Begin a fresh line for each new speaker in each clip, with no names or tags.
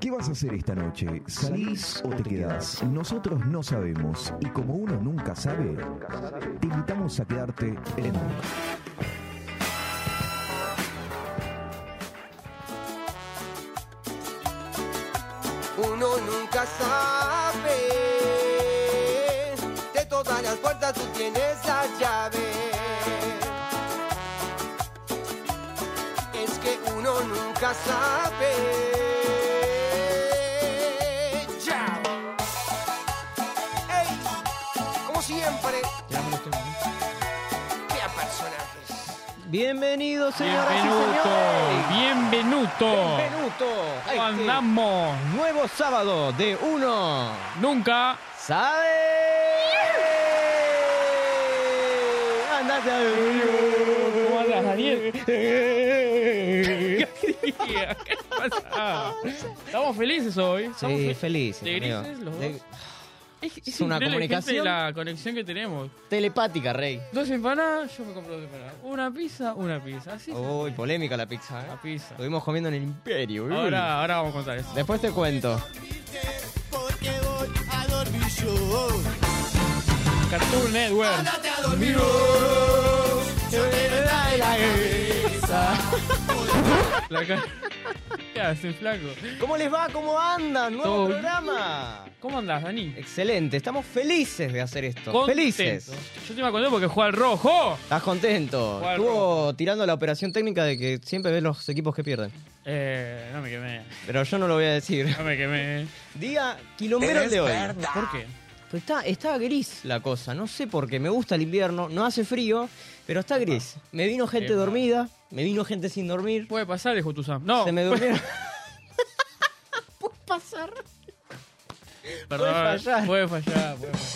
¿Qué vas a hacer esta noche? ¿Salís o te quedás? Nosotros no sabemos y como uno nunca sabe, te invitamos a quedarte en
Uno nunca sabe. De todas las puertas tú tienes la llave. Es que uno nunca sabe. Ya. Ey, como siempre, qué personajes.
Bienvenidos, señoras y
Bienvenuto,
señores.
bienvenuto.
Bienvenuto. a
¿Cómo
este
andamos?
Nuevo sábado de uno.
Nunca.
¿Sabe? Andate al-
¿Cómo andas, Daniel? ¿Qué pasa? Estamos felices hoy. Estamos
Sí,
fe-
felices.
De
amigo.
grises, los
De-
dos. Es,
es una
increíble,
comunicación.
gente, La conexión que tenemos.
Telepática, rey.
Dos empanadas, yo me compro dos empanadas. Una pizza, una pizza. Así. se-
Uy, polémica la pizza, ¿eh?
La pizza.
Estuvimos comiendo en el imperio. uy.
Ahora, ahora vamos a contar eso.
Después te cuento.
Porque voy a dormir yo.
Cartoon Network.
Andate a dormir vos. Yo te lo daré la cabeza.
La ca- ¿Qué haces, flaco?
¿Cómo les va? ¿Cómo andan? Nuevo
Todo bien.
programa.
¿Cómo andás, Dani?
Excelente, estamos felices de hacer esto.
Contento.
Felices.
Yo te iba a contar porque juega el rojo.
Estás contento.
Juega el
Estuvo tirando la operación técnica de que siempre ves los equipos que pierden.
Eh, no me quemé.
Pero yo no lo voy a decir.
No me quemé.
Día quilombero el de hoy.
¿Por qué?
Pero está, está gris la cosa. No sé por qué. Me gusta el invierno. No hace frío, pero está
Ah.
gris. Me vino gente
Epa.
dormida. Me vino gente sin dormir.
Puede pasar, dijo Tuzán. No,
Se me durmieron.
perdón.
puede fallar.
Puede fallar, puede fallar.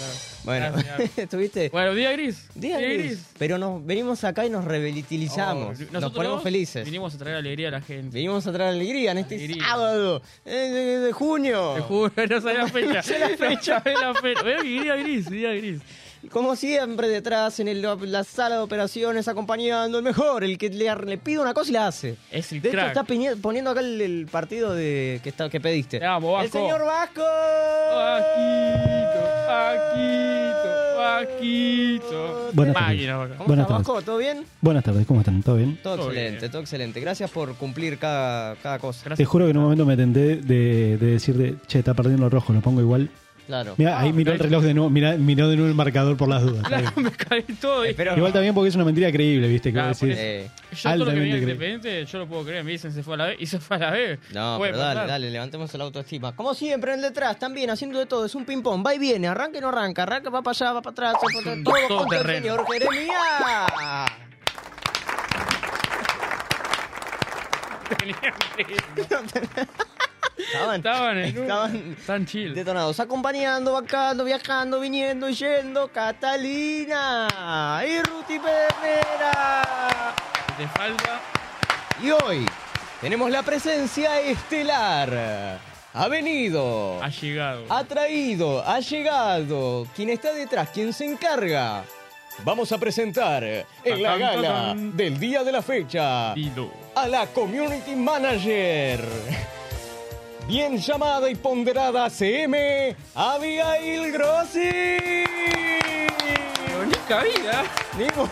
bueno,
Gracias.
estuviste.
Bueno, día gris.
Día gris. Pero nos venimos acá y nos revelitilizamos.
Oh,
nos
nosotros
ponemos felices.
Vinimos a traer alegría a la gente.
Venimos a traer alegría en este
Alegría.
sábado eh, de, de junio.
Te juro, no sabía la fecha.
sé la fecha.
No sabía la fecha. Veo que día gris, día gris.
Como siempre, detrás en el- la sala de operaciones, acompañando el mejor, el que le, le pide una cosa y la hace.
Es el
De hecho,
crack.
está piñe- poniendo acá el, el partido de, que, está, que pediste.
Te amo, Ah, Vasco.
¡El señor Vasco!
Paquito, Paquito, Paquito.
Buenas
Máquina,
tardes.
boludo.
¿Cómo
Buenas
está,
tardes.
Vasco? ¿Todo bien?
Buenas tardes, ¿cómo están? ¿Todo bien?
Todo,
Todo
excelente,
bien.
todo excelente. Gracias por cumplir cada, cada cosa.
Gracias.
Te juro que en un momento me tenté de, de decir, de, che, está perdiendo el rojo, lo pongo igual.
Claro.
Mira, ahí miró el reloj de nuevo, mirá, miró de nuevo el marcador por las dudas.
Claro, me caí todo. y-
Espero-
Igual también porque es una mentira creíble, ¿viste? Que
Claro,
vos
por
decís,
Eh,
Yo todo lo que venía
Altamente
de
creíble.
Independiente, yo lo puedo creer. Me dicen se fue a la B y se fue a la B.
No,
Puede
pero dale,
pasar.
dale, levantemos la autoestima. Como siempre, en detrás, también haciendo de todo, es un ping-pong, va y viene, arranca y no arranca, arranca, va para allá, va para atrás, va para atrás, todo,
Todo
contra el
terreno.
señor Jeremías. Estaban,
Estaban en un-
Estaban
Tan chill.
detonados, acompañando, vacando, viajando, viniendo y yendo, Catalina y Ruti Pedernera.
Te falta.
Y hoy tenemos la presencia estelar. Ha venido.
Ha llegado.
Ha traído, ha llegado. Quien está detrás, quien se encarga. Vamos a presentar en la
Tan, tan,
gala
tan.
del día de la fecha
Dilo.
a la Community Manager. Bien llamada y ponderada CM Abigail Grossi.
Bonita vida.
Ningún-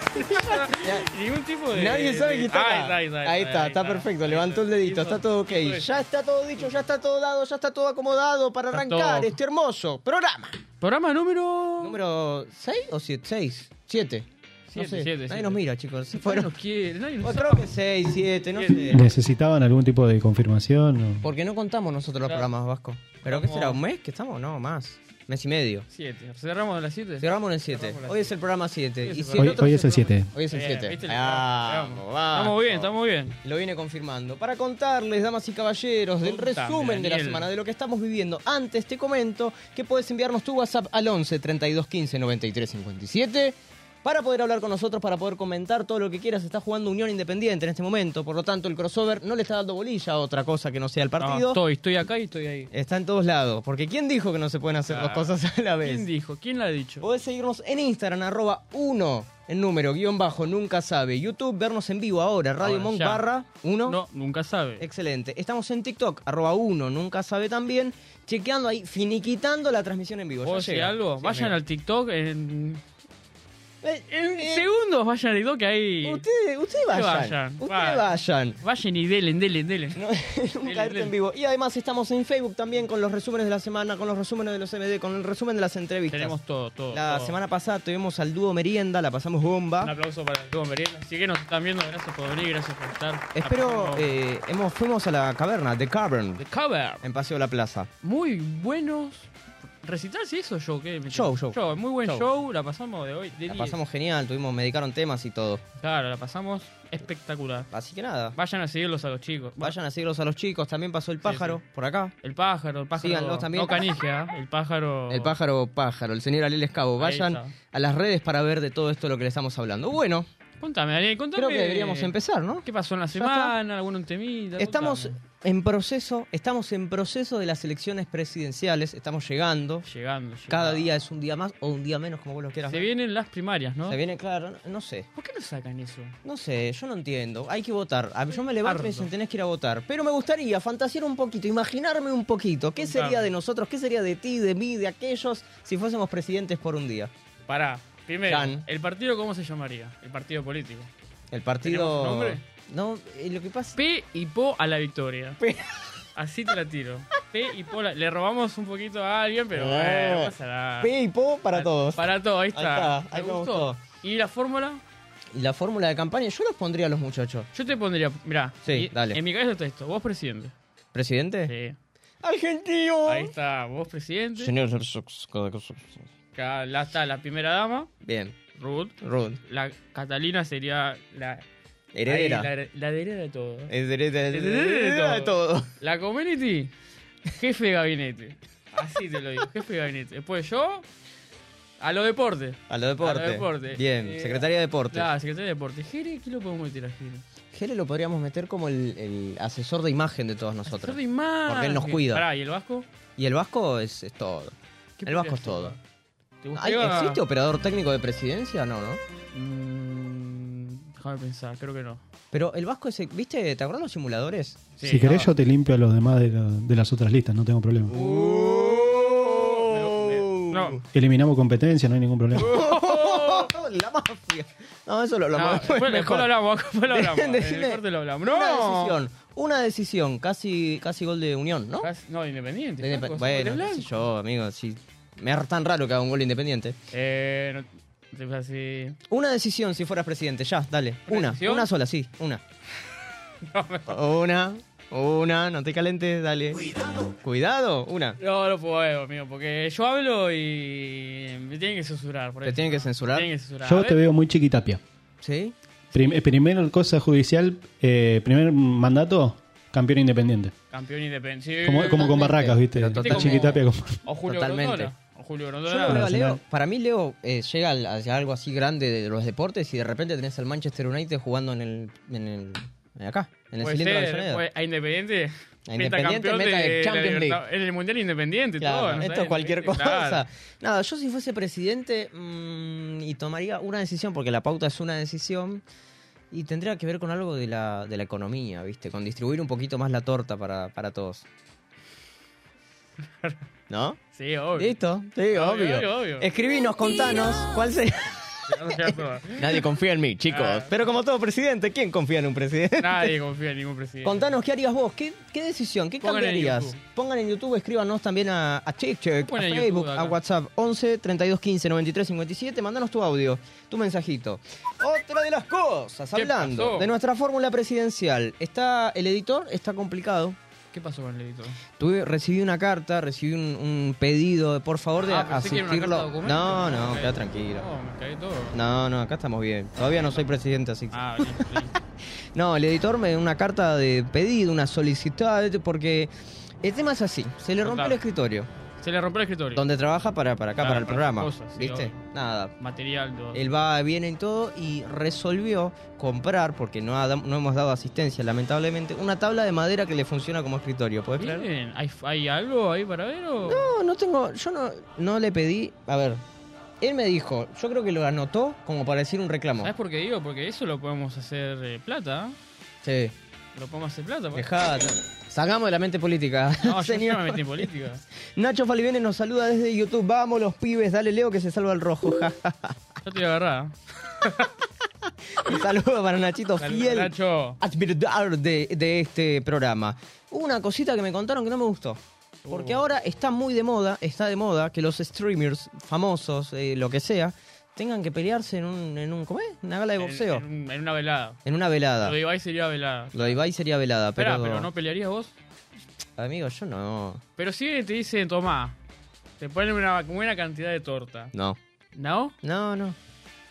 Ningún tipo de.
Nadie sabe que está.
Ah,
acá. ahí, está, está, perfecto. Levantó el dedito, está todo ok.
Hizo-
Ya está todo dicho, ya está todo dado, ya está todo acomodado para
Está
arrancar
todo.
este hermoso programa.
Programa número.
¿Número 6 o 7? 6, 7. No
Siete,
sé.
siete,
Nadie
siete.
nos mira, chicos. Se
Nadie
fueron.
nos quiere. Nadie
Bueno,
nos
creo que 6, 7, no
Siete.
sé.
¿Necesitaban algún tipo de confirmación? o-
Porque no contamos nosotros los
Claro.
programas, Vasco. ¿Pero qué
Estamos-
será? ¿Un mes que estamos? No, más. Mes y medio.
Siete. Cerramos a las siete.
Cerramos en el 7.
Cerramos las
Hoy es el programa
Hoy
7.
es
Y
el
si
programa.
Hoy,
otro
hoy
es
es el 7.
Hoy es el
Bien,
7.
¿viste?
Vamos, vamos.
Estamos bien, estamos bien.
Lo viene confirmando. Para contarles, damas y caballeros, del
Contame,
resumen de la
Daniel.
semana, de lo que estamos viviendo. Antes te comento que puedes enviarnos tu WhatsApp al 11 32 15 93 57 para poder hablar con nosotros, para poder comentar todo lo que quieras. Está jugando Unión Independiente en este momento, por lo tanto el crossover no le está dando bolilla a otra cosa que no sea el
No,
partido. Eh,
estoy, estoy acá y estoy ahí.
Está en todos lados, porque ¿quién dijo que no se pueden hacer
Claro.
dos cosas a la vez?
¿Quién dijo? ¿Quién la ha dicho?
Podés seguirnos en Instagram, arroba 1 en número, guión bajo, nunca sabe. YouTube, vernos en vivo ahora, Radio
Ahora,
Monk
ya.
barra 1.
No, nunca sabe.
Excelente. Estamos en TikTok, arroba 1, nunca sabe también, chequeando ahí, finiquitando la transmisión en vivo. Ya
¿Vos decís
llega.
algo?
Sí,
Vayan
amigo.
al TikTok en.
Eh,
En
eh,
segundos vayan al TikTok que ahí.
Ustedes ustedes vayan.
vayan,
Ustedes
vayan.
vayan.
Vayan y delen, delen, delen.
No,
Dele,
nunca
dele.
en vivo. Y además estamos en Facebook también con los resúmenes de la semana, con los resúmenes de los MD, con el resumen de las entrevistas.
Tenemos todo, todo.
la
todo.
semana pasada tuvimos al dúo Merienda, la pasamos bomba.
Un aplauso para el Tubo Merienda. Así que nos están viendo, gracias por venir, gracias por estar.
Espero,
Apoyando
eh, hemos, fuimos a la caverna, The Cavern,
The Cover.
en Paseo de la Plaza.
Muy buenos. ¿Recital sí eso show? ¿Qué?
Show, show.
Muy buen
Show.
show. la pasamos de hoy. De
La
10.
pasamos genial, tuvimos, medicaron temas y todo.
Claro, la pasamos espectacular.
Así que nada,
Vayan a seguirlos a los chicos.
vayan a seguirlos a los chicos, también pasó el pájaro por acá.
El pájaro, el pájaro.
Síganlos también.
No canigia, ¿eh? el pájaro.
El pájaro pájaro, el señor Alel Escabo.
Ahí
Vayan
está.
a las redes para ver de todo esto lo que le estamos hablando. Bueno,
Contame, Daniel, contame.
creo que deberíamos empezar, ¿no?
¿Qué pasó en la
Ya está.
semana? ¿Algún temita?
Estamos
Contame.
en proceso, estamos en proceso de las elecciones presidenciales, estamos llegando.
Llegando, llegando.
Cada día es un día más o un día menos, como vos lo quieras.
Se
ver.
vienen las primarias, ¿no?
Se viene, claro, no- no sé.
¿Por qué no sacan eso?
No sé, yo no entiendo. Hay que votar. A- Yo me levanto y me
Ardo.
dicen, tenés que ir a votar. Pero me gustaría fantasear un poquito, imaginarme un poquito. ¿Qué
Contame.
sería de nosotros? ¿Qué sería de ti, de mí, de aquellos si fuésemos presidentes por un día?
Pará. Primero,
Gan.
¿el partido cómo se llamaría? El partido político.
El partido...
¿Tenemos un nombre?
No, eh, lo que pasa...
P y Po a la victoria.
P.
Así te la tiro. P y Po. la- Le robamos un poquito a alguien, pero
No.
bueno, no pasa nada.
Eh. P y Po para todos.
Para todos, ahí está.
Ahí está, ahí
¿Te
me
gustó?
gustó.
¿Y la fórmula?
Y La fórmula de campaña, yo los pondría a los muchachos.
Yo te pondría, mirá,
Sí,
y-
dale.
en mi cabeza está esto, vos presidente.
¿Presidente?
Sí.
¡Argentino!
Ahí está, vos presidente. Acá la está la primera dama,
Bien,
Ruth.
Ruth.
La Catalina sería la
Heredera.
ahí, la, la heredera de todo.
Es heredera es
Heredera de
heredera de todo.
La community, jefe de gabinete. Así te lo digo, jefe de gabinete. Después yo, a los deportes.
A lo deporte.
deporte.
Bien,
Eh,
secretaria de deporte.
La secretaria de deportes. Jere, ¿qué lo podemos meter a Jere?
Gele lo podríamos meter como el, el asesor de imagen de todos nosotros.
Asesor de imagen.
Porque él nos cuida.
Pará, ¿y el Vasco?
Y el Vasco es, es todo.
¿Qué
El Vasco es
podría
todo.
ser? ¿Te
Ay,
gustaría?
¿Existe operador técnico de presidencia? No, ¿no?
Mm, déjame pensar, creo que no.
Pero el Vasco es... el- ¿Viste? ¿Te acuerdas los simuladores?
Sí,
si querés,
no. Uh.
yo te limpio a los demás de, la- de las otras listas, no tengo problema.
Oh.
No,
Eliminamos competencia, no hay ningún problema.
Uh,
La mafia. No, eso lo
¡Oh! no,
hablamos después.
después, después
mejor.
lo hablamos, después lo hablamos. En el
Decime
corte lo hablamos.
Una
¡No!
decisión. Una decisión. Casi, casi gol de unión, ¿no?
Casi- No, independiente.
De-
Franco,
bueno,
somos
qué
de
sé
blanco.
yo, amigo. Sí. Me es tan raro que haga un gol independiente.
Eh, no, te pasa así.
Una decisión si fueras presidente. Ya, dale.
¿Una
Una.
decisión?
Una sola, sí. Una.
No, me-
Una, una, no te calentes, dale. Cuidado. Cuidado, una.
No, no puedo, amigo, porque yo hablo y me tienen que censurar. Por
¿Te
eso.
tienen que
Me
censurar?
tienen que censurar. A
Yo
ver,
te veo muy chiquitapia.
¿Sí?
Prim- eh, primero cosa judicial, eh, primer mandato, campeón independiente.
Campeón independiente.
Como, como con
totalmente.
Barracas, ¿viste?
Pero
Está
totalmente.
chiquitapia como...
O Julio
Totalmente.
Grondona. O Julio
Yo lo veo
Grondona.
a Leo. Para mí, Leo eh, llega al- hacia algo así grande de los deportes y de repente tenés al Manchester United jugando en el. En el en acá, en el
Puede
cilindro de
ser,
Avellaneda.
puede- a Independiente.
A Independiente,
pentacampeón
meta de Champions
Libertad-
League.
En el Mundial Independiente,
Claro,
todo. ¿no
esto
sabes?
es cualquier cosa.
Claro.
Nada, yo si fuese presidente mm, y tomaría una decisión, porque la pauta es una decisión, y tendría que ver con algo de la, de la economía, ¿viste? Con distribuir un poquito más la torta para, para todos. ¿No?
Sí, obvio.
¿Listo? Sí, obvio.
obvio, obvio.
Escribinos, contanos, ¿cuál sería?
No se aprueba.
Nadie confía en mí, chicos.
Ah.
Pero como todo presidente, ¿quién confía en un presidente?
Nadie confía en ningún presidente.
Contanos qué harías vos, qué, qué decisión, qué
Pongan en
cambiarías.
YouTube.
Pongan en YouTube, escríbanos también a, a TikTok, a
Pongan en YouTube
Facebook, a
acá.
WhatsApp 11 32 15 93 57. Mandanos tu audio, tu mensajito. Otra de las cosas,
¿Qué
hablando
pasó?
de nuestra fórmula presidencial. Está el editor, está complicado.
¿Qué pasó con el editor?
Tuve, recibí una carta, recibí un, un pedido de por favor de
Ah, pensé que era una carta
asistirlo.
de documento.
no, no,
Ok.
queda tranquilo.
No, me cagué todo.
No, no, acá estamos bien. Todavía no soy presidente, así que.
Ah, listo, listo.
No, el editor me dio una carta de pedido, una solicitud, porque ah, el tema es así, se le rompió el
Contame.
escritorio.
Se le rompió el escritorio.
Donde trabaja para, para acá,
Claro,
para el
para las
programa.
cosas, sí,
¿Viste? Nada.
Material, todo.
Él va, viene y todo y resolvió comprar, porque no, ha- no hemos dado asistencia lamentablemente, una tabla de madera que le funciona como escritorio. ¿Puedes creer?
Bien, ¿Hay, hay algo ahí para ver o...?
No, no tengo. Yo no, no le pedí. A ver. Él me dijo, yo creo que lo anotó como para decir un reclamo.
¿Sabes por qué digo? Porque eso lo podemos hacer eh, plata.
Sí.
Lo podemos hacer plata. porque-
Dejá. Salgamos de la mente política.
No, yo no
señor.
me metí en política.
Nacho Falibene nos saluda desde YouTube. Vamos los pibes, dale Leo que se salva el rojo. Ja, ja, ja.
Yo te voy a agarrar.
Un saludo para Nachito
Dale,
Fiel.
Nacho.
admirador de, de este programa. Hubo una cosita que me contaron que no me gustó.
Uh.
Porque ahora está muy de moda, está de moda que los streamers famosos, eh, lo que sea, tengan que pelearse en un, en un ¿cómo es? Una gala de boxeo.
En,
En,
en- en una velada.
una velada.
Lo de Ibai sería velada.
Lo de Ibai sería velada, pero,
Espera, pero no pelearías vos.
amigo, yo no.
Pero si te dicen, tomá, te ponen una buena cantidad de torta.
No.
¿No?
No, no.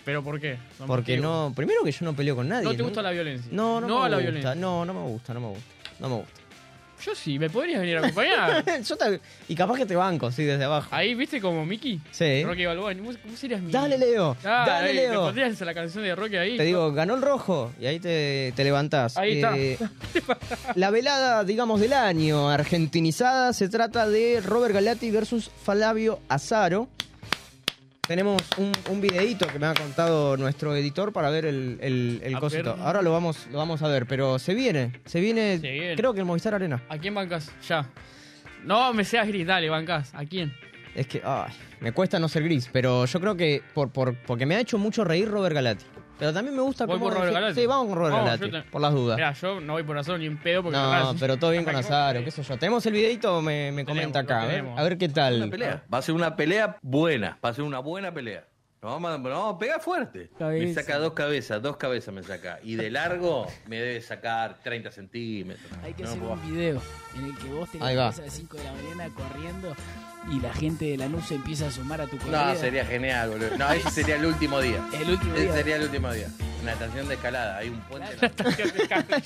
¿Pero por qué? Son
Porque
motivos.
no. Primero que yo no peleo con nadie.
No te gusta
¿no?
la violencia.
No, no,
no
me
a la
gusta.
violencia.
No, no me gusta, no me gusta. No me gusta.
Yo sí, me podrías venir a acompañar.
Yo te- Y capaz que te banco, sí, desde abajo.
Ahí, viste como Mickey.
Sí.
Rocky Balboa. ¿Cómo, cómo serías Mickey?
¿Eh? Dale, Leo.
Ah,
Dale,
ahí, Me
Leo.
pondrías la canción de Rocky ahí.
Te digo, ganó el rojo y ahí te, te levantás. Eh,
Ahí está.
la velada, digamos, del año argentinizada se trata de Robert Galati versus Flavio Azaro. Tenemos un, un videíto que me ha contado nuestro editor para ver el, el, el
A
cosito.
ver.
Ahora lo vamos, lo vamos a ver, pero se viene, se viene,
Se viene.
creo que el Movistar Arena.
¿A quién bancas? Ya. No me seas gris, dale, bancas. ¿A quién?
Es que, ay, me cuesta no ser gris, pero yo creo que por, por- porque me ha hecho mucho reír Robert Galati. Pero también me gusta
Voy
cómo
por Robert
defi-
Galati.
Sí, vamos con Robert
Vamos, yo
Galati,
te-
por las dudas.
Mirá, yo no voy por Azaro ni en pedo porque
No,
capaz-
pero todo bien con
capaz que-
Azaro, qué sé yo. Tenemos el videito, me, me comenta
Tenemos, lo
acá. A ver,
tenemos.
a ver qué
Una
tal.
pelea. Va a ser una pelea buena. Va a ser una buena pelea. Nos vamos a, nos vamos a pegar fuerte. Me
Cabeza.
saca dos cabezas, dos cabezas me saca. Y de largo me debe sacar 30 centímetros.
Hay que
No pues,
hacer
puedo.
un video en el que vos
Ahí
tenés
va.
a las 5 de la mañana corriendo y la gente de la se empieza a sumar a tu corrida.
No, sería genial, boludo. No, ese sería el último día.
El último
Ese
día.
sería el último día. Natación de escalada, hay un puente. en la-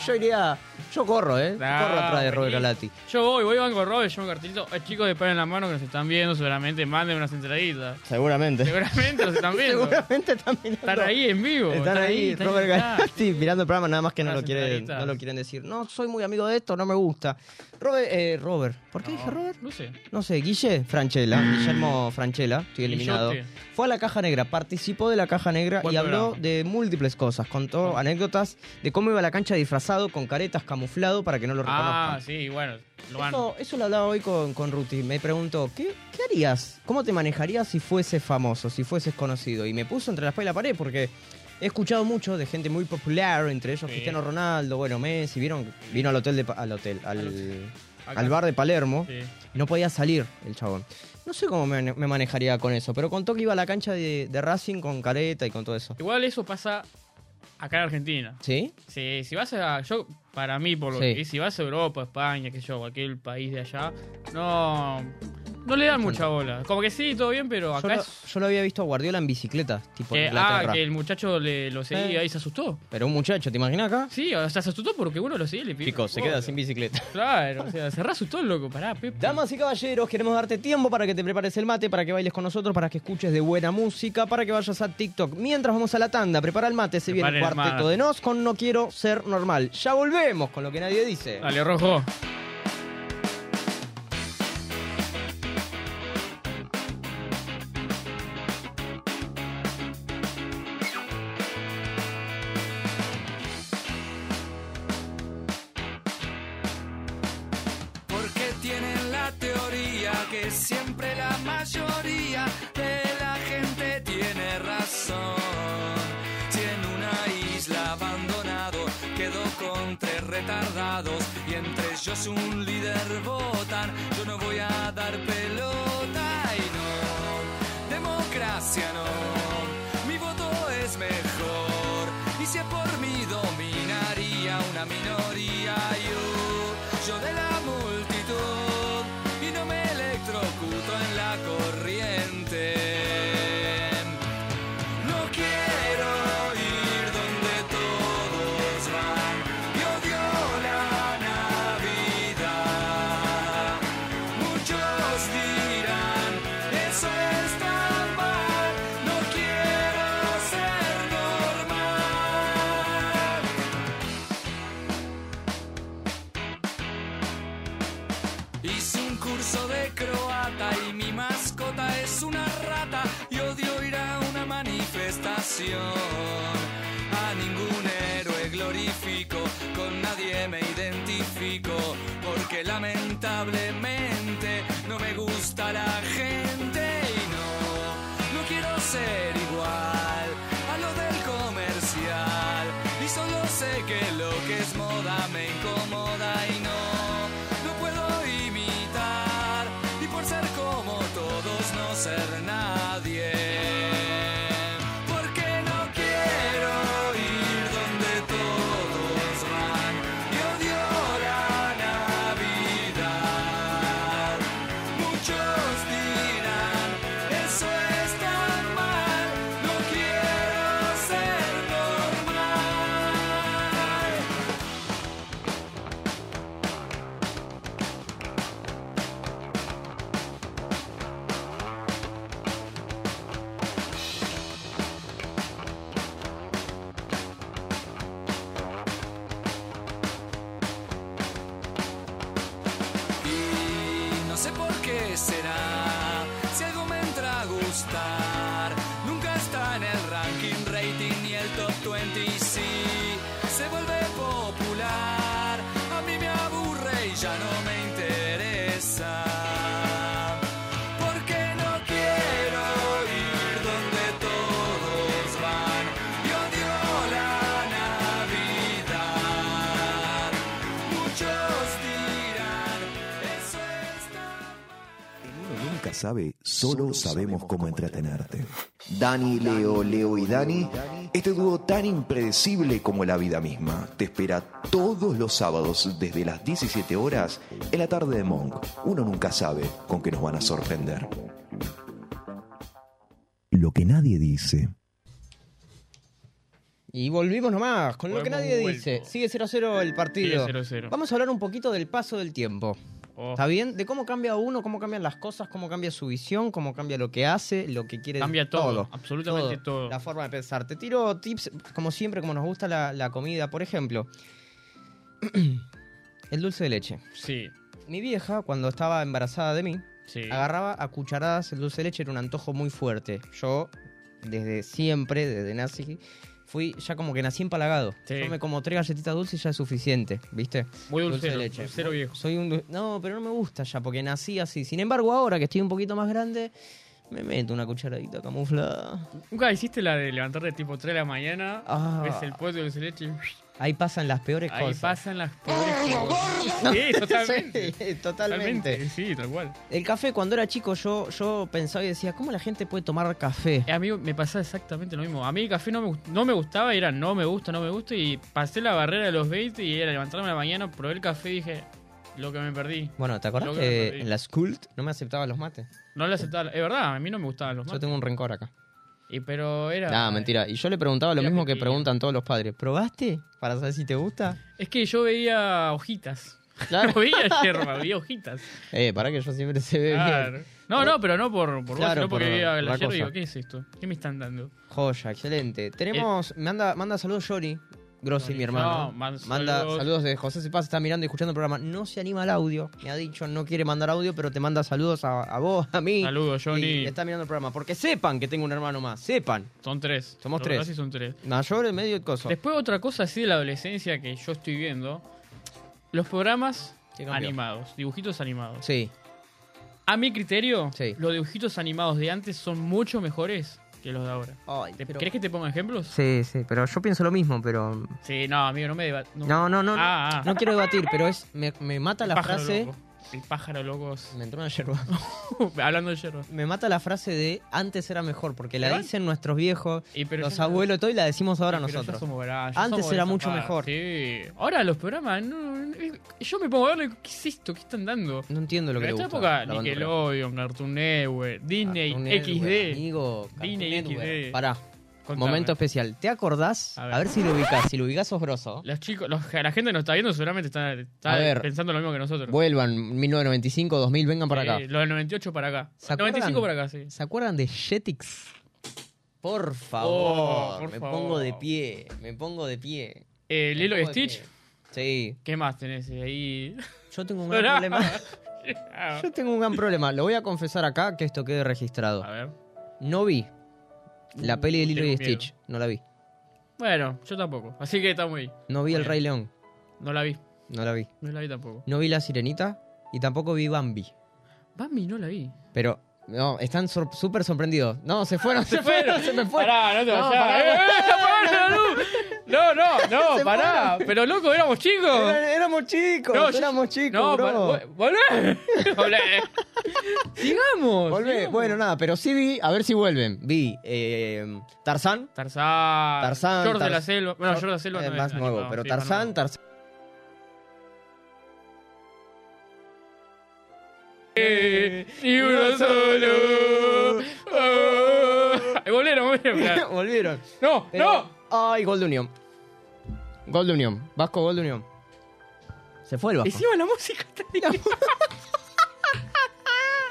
Yo iría. Yo corro, ¿eh? Yo
Ah,
corro atrás de Robert
buenísimo.
Galati.
Yo voy, voy banco Robert, llevo un cartelito. Eh, chicos de pan en la mano que nos están viendo, seguramente manden unas entraditas.
Seguramente.
Seguramente los están viendo.
Seguramente están mirando.
Están ahí en vivo.
Están ahí,
están Ah,
Robert
acá.
Galati, mirando el programa, nada más que no
Las
lo, quieren,
entraditas.
no lo quieren decir. No, soy muy amigo de esto, no me gusta. Robert, eh, Robert. ¿por qué dije Robert?
No sé.
No sé, Guille Franchella, Guillermo Franchella, estoy eliminado.
Guillote.
Fue a la caja negra, participó de la caja negra y
Buen
habló
programa.
de múltiples cosas. Contó anécdotas de cómo iba a la cancha disfrazado, con caretas, camuflado para que no lo
Ah,
reconozcan.
sí, bueno. Lo van.
Eso, eso lo hablaba hoy con, con Ruti. Me preguntó, ¿qué, qué harías? ¿Cómo te manejarías si fueses famoso, si fueses conocido? Y me puso entre la espalda y la pared porque he escuchado mucho de gente muy popular, entre ellos
Sí.
Cristiano Ronaldo, bueno, Messi. ¿Vieron? Vino al hotel, de, pa- al, hotel al,
Acá.
al bar de Palermo.
Sí.
Y no podía salir el chabón. No sé cómo me, me manejaría con eso, pero contó que iba a la cancha de, de Racing con careta y con todo eso.
Igual eso pasa acá en Argentina.
¿Sí?
Sí, si vas a. Yo, para mí, por lo
Sí.
que. Si vas a Europa, España, que yo, cualquier país de allá, no. No le dan mucha bola. Como que sí, todo bien, pero
Yo
acá
lo,
es.
yo lo había visto a Guardiola en bicicleta, tipo en
que- ah,
Inglaterra.
que el muchacho le, lo seguía
Eh.
y se asustó.
Pero un muchacho, ¿te imaginas acá?
Sí, o sea, se asustó porque uno lo seguía y le pidió.
Chicos, se
Wow.
queda sin bicicleta.
Claro, o sea, cerrá su todo, loco. Pará, Pepe.
Damas y caballeros, queremos darte tiempo para que te prepares el mate, para que bailes con nosotros, para que escuches de buena música, para que vayas a TikTok. Mientras vamos a la tanda, prepara el mate, se viene el
Preparen el
cuarteto
mate.
de Nos con No Quiero Ser Normal. Ya volvemos con lo que nadie dice.
Dale, rojo.
Porque tienen la teoría que siempre la mayoría de la gente tiene razón. Si en una isla abandonado quedó con tres retardados y entre ellos un líder votan, yo no voy a dar pelota y no, democracia no, mi voto es mejor. Y si es por mí dominaría una minoría yo, yo de la multitud y no me electrocuto en la corriente. No quiero ir donde todos van y odio la Navidad. pasión. A ningún héroe glorifico, con nadie me identifico, porque lamentablemente no me gusta la gente y no, no quiero ser igual a lo del comercial. Y solo sé que lo que es moda me incomoda y no, no puedo imitar. Y por ser como todos, no ser nadie. Porque no quiero ir donde todos van y odio la Navidad. Muchos dirán, eso es tan mal, no quiero ser normal. Y no sé por qué será. Si algo me entra a gustar, nunca está en el ranking rating ni el top 20. Y Si se vuelve popular, a mí me aburre y ya no me interesa. Porque no quiero ir donde todos van y odio la Navidad. Muchos dirán, eso está
En Uno nunca sabe, solo sabemos cómo entretenerte. Dani, Leo, Leo y Dani, este dúo tan impredecible como la vida misma, te espera todos los sábados desde las 17 horas en la tarde de Monk. Uno nunca sabe con qué nos van a sorprender. Lo que nadie dice.
Y volvimos nomás, con lo que
Hemos
nadie
vuelto.
dice. Sigue 0-0 el partido.
Sigue 0-0.
Vamos a hablar un poquito del paso del tiempo.
Oh,
¿Está bien? De cómo cambia uno, cómo cambian las cosas, cómo cambia su visión, cómo cambia lo que hace, lo que quiere.
Cambia todo, absolutamente todo.
La forma de pensar. Te tiro tips, como siempre, como nos gusta la, la comida. Por ejemplo, el dulce de leche.
sí,
Mi vieja, cuando estaba embarazada de mí,
sí.
agarraba a cucharadas el dulce de leche, era un antojo muy fuerte. Yo, desde siempre, desde nací, fui ya como que nací empalagado.
Sí.
Yo me como tres galletitas dulces y ya es suficiente, ¿viste?
Muy dulcero, dulcero viejo.
Soy un dul- No, pero no me gusta ya, porque nací así. Sin embargo, ahora que estoy un poquito más grande, me meto una cucharadita camuflada.
Nunca hiciste la de levantarte tipo 3 de la mañana,
Ah.
ves el pollo de leche y
Ahí pasan las peores
ahí
cosas.
pasan las pobres cosas. Sí, totalmente.
Sí, totalmente.
Totalmente. Sí, tal cual.
El café, cuando era chico, yo, yo pensaba y decía, ¿cómo la gente puede tomar café?
Eh, A mí me pasaba exactamente lo mismo. A mí el café no me, gust- no me gustaba, y era no me gusta, no me gusta. Y pasé la barrera de los 20 y era levantarme a la mañana, probé el café y dije, lo que me perdí.
Bueno, ¿te acordás
Lo que me
que
perdí.
en la school no me aceptaban los mates?
No lo aceptaba. Es verdad, a mí no me gustaban los
Yo
mates.
tengo un rencor acá.
Y, pero era.
Nada, mentira. Y yo le preguntaba lo
Era
mismo que
pequeño.
preguntan todos los padres. ¿Probaste? Para saber si te gusta.
Es que yo veía hojitas.
Claro.
No veía yerba, veía hojitas.
Eh, para que yo siempre se ve bien.
Claro. No, no, pero no por, por vos,
Claro,
sino porque
por
veía
otra
la yerba
cosa.
y digo, ¿qué es esto? ¿Qué me están dando?
Joya, excelente. Tenemos. Manda, manda saludos, Jory. Grossi,
Jory.
mi hermano.
Eh. No, man-
manda saludos.
saludos.
de José Cepaz. Está mirando y escuchando el programa. No se anima al audio. Me ha dicho, no quiere mandar audio, pero te manda saludos a, a vos, a mí.
Saludos, Johnny.
Y está mirando el programa. Porque sepan que tengo un hermano más. Sepan.
Son tres.
Somos
Lo
tres.
verdad sí son tres.
Mayor, en medio y coso.
Después otra cosa así de la adolescencia que yo estoy viendo, los programas
Sí, cambió.
animados, dibujitos animados.
Sí.
A mi criterio,
Sí.
los dibujitos animados de antes son mucho mejores que los de ahora.
Ay,
¿Te-
pero-
¿Querés que te ponga ejemplos? Sí,
Sí, sí, pero yo pienso lo mismo, pero
no, amigo, no me deba-
No, no, no.
Ah, ah.
No quiero debatir, pero es. Me, me mata
El
la
pájaro
frase.
loco. El pájaro loco. es-
Me entró una yerba.
Hablando de yerba.
Me mata la frase de antes era mejor, porque la
Pero-
dicen nuestros viejos,
Y pero
los
ya-
abuelos y todo, y la decimos ahora
Pero ya
nosotros.
somos bravos, ya
Antes
somos
era
de
mucho
zafar,
mejor.
Sí. Ahora los programas. no- no- yo me pongo a verlo. y, ¿Qué es esto? ¿Qué están dando?
No entiendo lo que
Pero en
le
esta
gusta.
época,
la bandura.
Nickelodeon, Cartoon Network, Disney,
Cartoon Network,
XD.
Amigo,
Disney,
Cartoon Network.
XD.
Pará.
Contame.
Momento especial. ¿Te acordás? A
A
ver,
ver.
si lo ubicás. Si lo ubicás sos grosso.
Los chicos, los- la gente que nos está viendo seguramente está, está
A ver.
pensando lo mismo que nosotros.
Vuelvan 1995, 2000, vengan para acá.
Eh, los del 98 para acá.
¿Se acuerdan?
95 para acá, sí.
¿Se acuerdan de Jetix? Por favor,
Oh, por
me
favor.
pongo de pie, me pongo de pie.
Eh, Lilo
Me
y
pongo de
Stitch.
pie. Sí,
¿Qué más tenés eh, ahí?
yo tengo un gran problema. Yo tengo un gran problema. Lo voy a confesar acá que esto quede registrado.
A ver.
No vi La peli de Lilo
Tengo
y
miedo.
Stitch, no la vi.
Bueno, yo tampoco. Así que estamos ahí.
No vi El
Bien.
Rey León,
No la vi.
no la vi.
No la vi tampoco.
No vi La Sirenita y tampoco vi Bambi.
Bambi no la vi.
Pero, no, están sor- súper sorprendidos. No, se fueron, se,
Se
fueron,
fueron.
se me fueron.
Pará, no te
No,
vayas.
pará,
¡Eh, eh, apagá la luz! No, no,
Se
no, pará.
fueron.
Pero loco, éramos chicos.
Eran- Éramos chicos,
No, yo-
éramos chicos,
No,
bro.
para- vo- volvé. Volvé. Sigamos.
Volvé.
sigamos.
Bueno, nada, pero sí vi, a ver si vuelven. Vi eh, Tarzán.
Tarzán.
Tarzán,
George de
Tar-
la Selva. Bueno, George de la Selva
Eh,
no es
más nuevo,
animado,
pero
sí, más
Tarzán,
nuevo.
Tarzán.
Eh, Ni uno solo. Oh. Eh, Volvieron, volvieron. mirá.
Volvieron.
No,
Pero-
no.
Ay, gol de Unión. Gol de Unión. Vasco, gol de Unión. Se fue el Vasco.
Encima la música está ahí.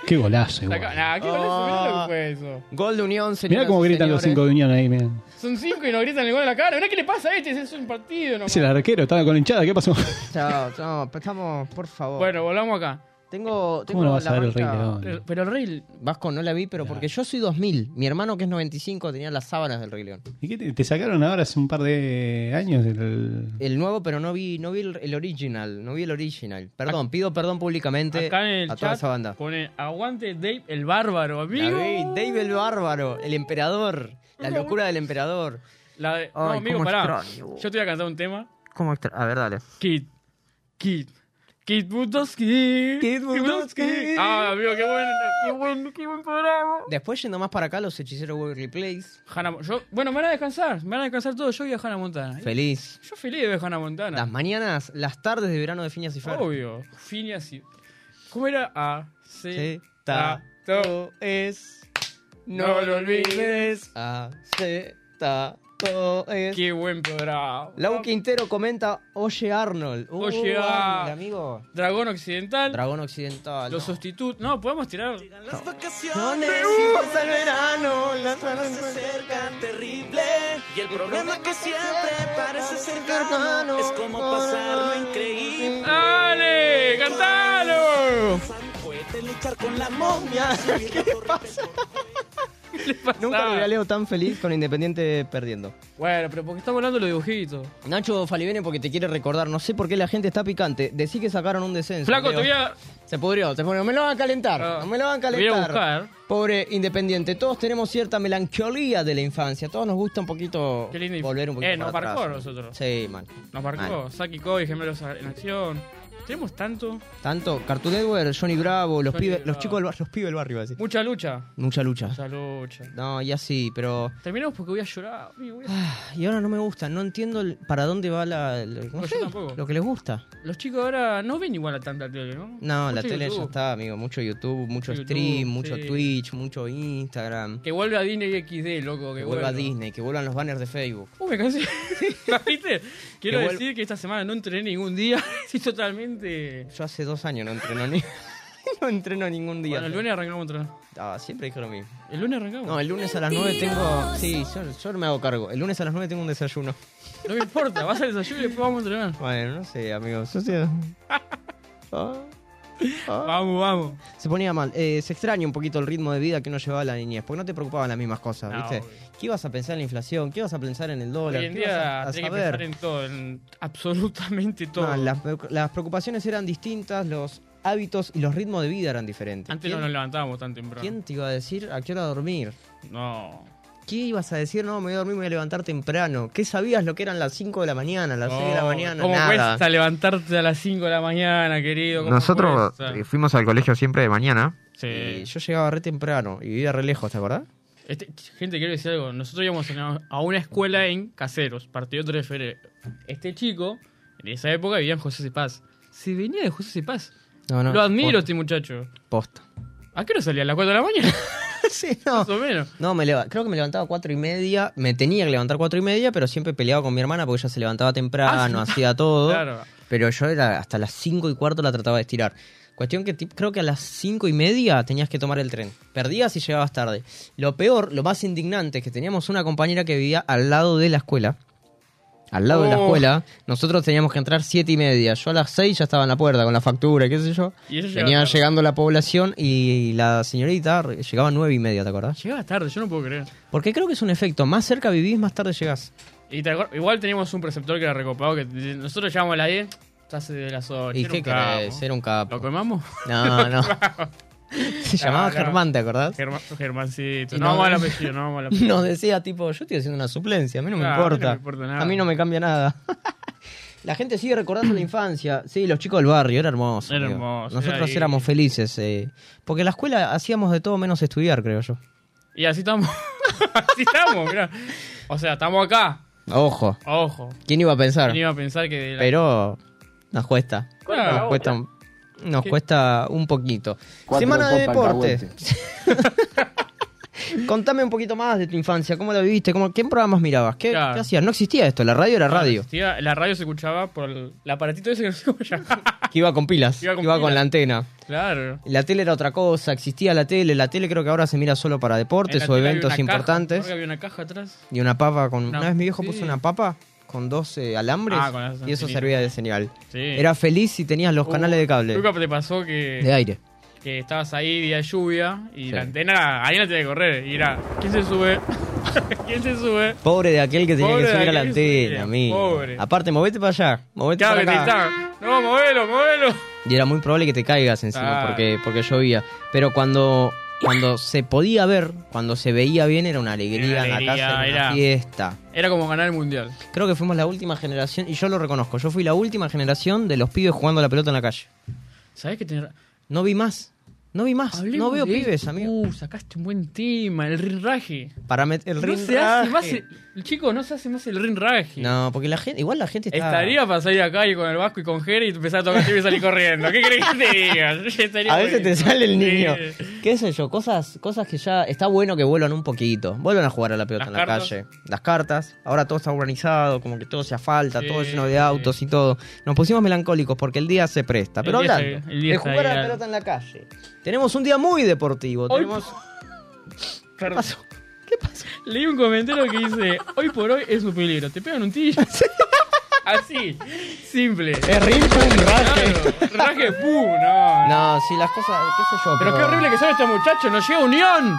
Qué golazo,
La
igual.
ca- Nah, ¿qué con
Ah.
eso? Mirá lo que fue eso.
Gol de Unión, señoras
Mirá cómo
y
gritan los
señores.
cinco de unión ahí. Mirá.
Son cinco y nos gritan el gol en la cara. Mirá qué le pasa a este. Es un partido nomás.
Es el arquero, estaba con hinchada, ¿qué pasó?
Chao, chao, estamos, por favor.
Bueno, volvamos acá.
tengo, tengo
¿Cómo no vas
la
a ver el Rey
banca-
León?
Pero pero el rey.
Vasco no la vi, pero porque yo soy 2000. Mi hermano, que es 95, tenía las sábanas del Rey León.
¿Y qué te, te sacaron ahora hace un par de años el...
El nuevo, pero no vi, no vi el, el original. No vi el original. Perdón, pido perdón públicamente
Acá en el
a toda
chat
esa banda.
pone aguante Dave el bárbaro,
La
amigo.
vi, Dave el Bárbaro, el emperador, la locura del emperador.
La de- no,
Ay,
amigo,
cómo
pará.
extraño.
Yo te voy a cantar un tema.
¿Cómo extra? A ver, dale.
Kid. Kid. Kid Budowski.
Kid Budowski.
Ah, amigo, qué bueno. Qué buen, qué buen programa.
Después, yendo más para acá, los hechiceros Waverly Place.
Hannah, Mo- yo, bueno, me van a descansar. Me van a descansar todos. Yo voy a Hannah Montana. ¿eh?
Feliz.
Yo feliz de ver Hannah Montana.
Las mañanas, las tardes de verano de Finias y Fer.
Obvio. Phineas y... ¿Cómo era? A, C,
Sí, ta,
to,
es.
No lo olvides.
Aceptado es.
Qué buen programa.
Lau Quintero comenta, oye Arnold. Uh,
Oye, ah.
Arnold, amigo.
Dragón Occidental.
Dragón Occidental.
los
no.
sustitutos. No, podemos tirar.
Las
Sones,
vacaciones
y pasa el verano, las
se
horas se acercan.
acercan terrible. Y el problema que siempre parece ser
cercano
cercano es como pasarlo increíble.
¡Dale! ¡Cantalo!
Puede luchar con la momia.
Nunca lo
Ah.
vi a Leo tan feliz con Independiente perdiendo.
Bueno, pero porque está volando los dibujitos.
Nacho Falibene porque te quiere recordar, no sé por qué la gente está picante. Decí que sacaron un descenso.
Flaco,
Leo.
te voy a.
Se pudrió, se pudrió. Me lo van a calentar,
Ah.
no me lo van a
Te voy a
calentar.
buscar.
Pobre Independiente, todos tenemos cierta melancolía de la infancia. Todos nos gusta un poquito
Qué lindo.
volver un poquito
Eh, nos
para
marcó a
atrás.
nosotros.
Sí, man.
Nos marcó.
Mal.
Saki Koi, gemelos en acción. Tenemos tanto.
Tanto Cartoon Network, Johnny Bravo, los
Johnny
pibes, los
Bravo.
chicos del barrio, los pibes del barrio, iba a decir.
Mucha lucha.
Mucha lucha.
Mucha lucha.
No, y así, pero
Terminamos porque voy a llorar. amigo, voy a-
y ahora no me gusta, no entiendo el- para dónde va la el- no
yo
sé,
tampoco.
lo que les gusta.
Los chicos ahora no ven igual a tanta tele, ¿no?
No, la
Mucho
tele ya
YouTube.
está, amigo, mucho YouTube, mucho
YouTube,
stream, mucho
sí.
Twitch, mucho Instagram.
Que vuelva a Disney XD, loco. Que,
Que vuelva
vuelva
Disney, que vuelvan los banners de Facebook.
Uh, me cansé. ¿La ¿Viste? Quiero
Que vuel-
decir que esta semana no entrené ningún día. Estoy totalmente.
Yo hace dos años no entreno ni no entreno ningún día.
Bueno, el lunes arrancamos a entrenar.
Ah, siempre dije lo mismo.
El lunes arrancamos.
No, el lunes a las 9 tengo. Sí, yo, yo no me hago cargo. El lunes a las 9 tengo un desayuno.
No me importa, vas al desayuno y después vamos a entrenar.
Bueno, no sé, amigos. Yo sé- Ah.
Vamos, vamos.
Se ponía mal. Eh, se extraña un poquito el ritmo de vida que uno llevaba la niñez, porque no te preocupaban las mismas cosas,
No,
¿viste?
obvio.
¿Qué ibas a pensar en la inflación? ¿Qué ibas a pensar en el dólar?
Hoy en
¿Qué ibas a,
día
a
tenés que pensar
saber?
en todo, en absolutamente todo.
No, las, las preocupaciones eran distintas, los hábitos y los ritmos de vida eran diferentes.
Antes no
¿Quién,
nos levantábamos tan temprano.
quién te iba a decir a qué hora dormir?
No.
¿Qué ibas a decir? No, me voy a dormir, me voy a levantar temprano. ¿Qué sabías lo que eran las 5 de la mañana, las 6 de la
No,
mañana?
Oh, ¿Cómo
Nada.
cuesta levantarte a las 5 de la mañana, querido? ¿Cómo
Nosotros
cuesta?
eh, fuimos al colegio siempre de mañana. Y
Sí.
yo llegaba re temprano y vivía re lejos, ¿te acordás?
Este, gente, quiero decir algo. Nosotros íbamos a una- a una escuela en Caseros, partido 3 de febrero. Este chico, en esa época, vivía en José C. Paz. Se venía de José C. Paz.
No, no.
Lo admiro,
posta.
este muchacho.
Posta.
¿A qué hora salía? ¿A las 4 de la mañana?
sí, no.
Más o menos.
No, me leva- creo que me levantaba a cuatro y media. Me tenía que levantar cuatro y media, pero siempre peleaba con mi hermana porque ella se levantaba temprano,
Ah, sí.
hacía todo.
Claro.
Pero yo era hasta las cinco y cuarto la trataba de estirar. Cuestión que ti- creo que a las cinco y media tenías que tomar el tren. Perdías y llegabas tarde. Lo peor, lo más indignante es que teníamos una compañera que vivía al lado de la escuela. al lado de la
Oh.
escuela. Nosotros teníamos que entrar siete y media. Yo a las seis ya estaba en la puerta con la factura, qué sé yo.
Y eso llega
Venía
tarde.
llegando la población y la señorita re- llegaba nueve y media, ¿te acordás?
Llegabas tarde, yo no puedo creer.
Porque creo que es un efecto. Más cerca vivís, más tarde llegás.
Y te acor- igual teníamos un preceptor que era recopado, que te- nosotros llegamos a las 10, ya hace de las 8.
¿Y qué querés? Era un
¿Lo Ah,
capo.
comamos?
No, no. Se llamaba
no.
Germán, ¿te acordás?
Germán, Germancito. No,
Y no-
vamos al apellido, no vamos al apellido.
Nos decía tipo, yo estoy haciendo una suplencia, a mí no me
Claro, a mí no
importa.
me importa nada.
A mí no me cambia nada. la gente sigue recordando la infancia. Sí, los chicos del barrio, era hermoso.
Era
amigo.
hermoso,
Nosotros
era ahí.
éramos felices. eh, porque en la escuela hacíamos de todo menos estudiar, creo yo.
Y así estamos. así estamos, mirá. O sea, estamos acá.
Ojo,
Ojo.
¿quién iba a pensar?
No iba a pensar que. de la-
Pero nos cuesta.
Claro.
nos cuesta, un- Ah. nos cuesta un poquito.
Cuatro
Semana de
copas
deporte. Contame un poquito más de tu infancia, cómo la viviste, cómo, qué programas mirabas, qué,
Claro.
qué hacías. No existía esto, la radio era radio,
Existía- la radio se escuchaba por el, el aparatito ese que no sé cómo se llama.
que iba con pilas, que
Iba
iba
con
con,
pilas.
la antena.
claro.
La tele era otra cosa, existía la tele, la tele creo que ahora se mira solo para
En la
deportes o
tele había
eventos
una caja,
importantes.
creo que había una caja atrás.
Y una papa con.
Una-
Una, vez mi viejo
sí.
puso una papa con dos eh, alambres
Ah, con las
y eso
antenitas.
servía de señal.
Sí. Uh,
Era feliz si tenías los canales de cable,
Nunca te pasó que.
de aire.
que estabas ahí día de lluvia y
Sí.
la antena, alguien la tiene que correr. Y era, ¿quién se sube? ¿Quién se sube?
Pobre de aquel que tenía
Pobre
que
de
subir a la
aquel que
antena,
subía,
amigo.
pobre.
Aparte, movete para allá, movete
Claro, que te
para acá.
gritaban, No, movelo, movelo.
Y era muy probable que te caigas encima
Claro.
porque, porque llovía. Pero cuando, cuando se podía ver, cuando se veía bien, era una alegría,
Era una
en la casa,
alegría,
era
era-
una fiesta.
Era como ganar el mundial.
Creo que fuimos la última generación, y yo lo reconozco, yo fui la última generación de los pibes jugando a la pelota en la calle.
¿Sabés que tenés
No vi más, no vi más,
Hablemos
no veo
de
pibes,
esto.
amigo.
Uh, sacaste un buen tema, el rinraje.
Para meter el
No se hace más el, Chicos, no se hace más el rinraje.
No, porque la gente, igual la gente está...
Estaría para salir acá y con el Vasco y con Jerry y empezar a tocar timbre y salir corriendo. ¿Qué crees que te diga? Estaría
A veces te
buenísimo.
sale el niño.
Sí.
¿Qué sé yo? Cosas, cosas que ya está bueno que vuelvan un poquito. Vuelvan a jugar a la pelota
Las
en la
cartas.
calle. Las cartas. Ahora todo está urbanizado, como que todo se asfalta,
Sí.
todo lleno de autos y todo. Nos pusimos melancólicos porque el día se presta.
El
Pero
día
hablando,
se- el día
de
está
jugar a
ahí,
la
al-
pelota en la calle. Tenemos un día muy deportivo.
Hoy-
Tenemos... ¿Qué
Perdón.
pasó? ¿Qué pasó?
Leí un comentario que dice, hoy por hoy es un peligro, te pegan un tiro. Así, simple.
Es un
Claro, raje, pum, no, no.
No, si las cosas, qué sé yo.
Pero qué horrible que son estos muchachos, nos llega Unión.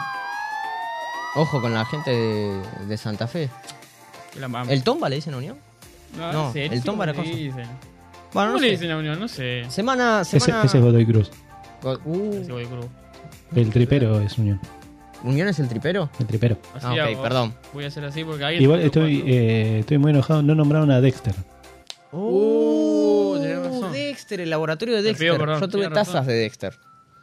Ojo con la gente de, de Santa Fe.
La mamá.
¿El Tomba le dicen a Unión? no,
sé,
el
no sé cómo
Tomba era
le
cosa.
dicen.
Bueno,
¿Cómo
no
le
sé.
dicen a Unión? No sé.
Semana,
Ese,
semana...
ese es Godoy Cruz.
Uh,
Ese Godoy Cruz.
El tripero es Unión.
¿Unión es el tripero?
El tripero.
Así
Ah, ok,
hago.
perdón.
Voy a hacer así porque alguien...
Igual
se está
estoy,
preocupando.
eh, estoy muy enojado. No nombraron a Dexter.
Uh, tenés razón.
Dexter, el laboratorio de
Te pido
Dexter.
perdón,
Yo tuve
tenés razón.
tazas de Dexter.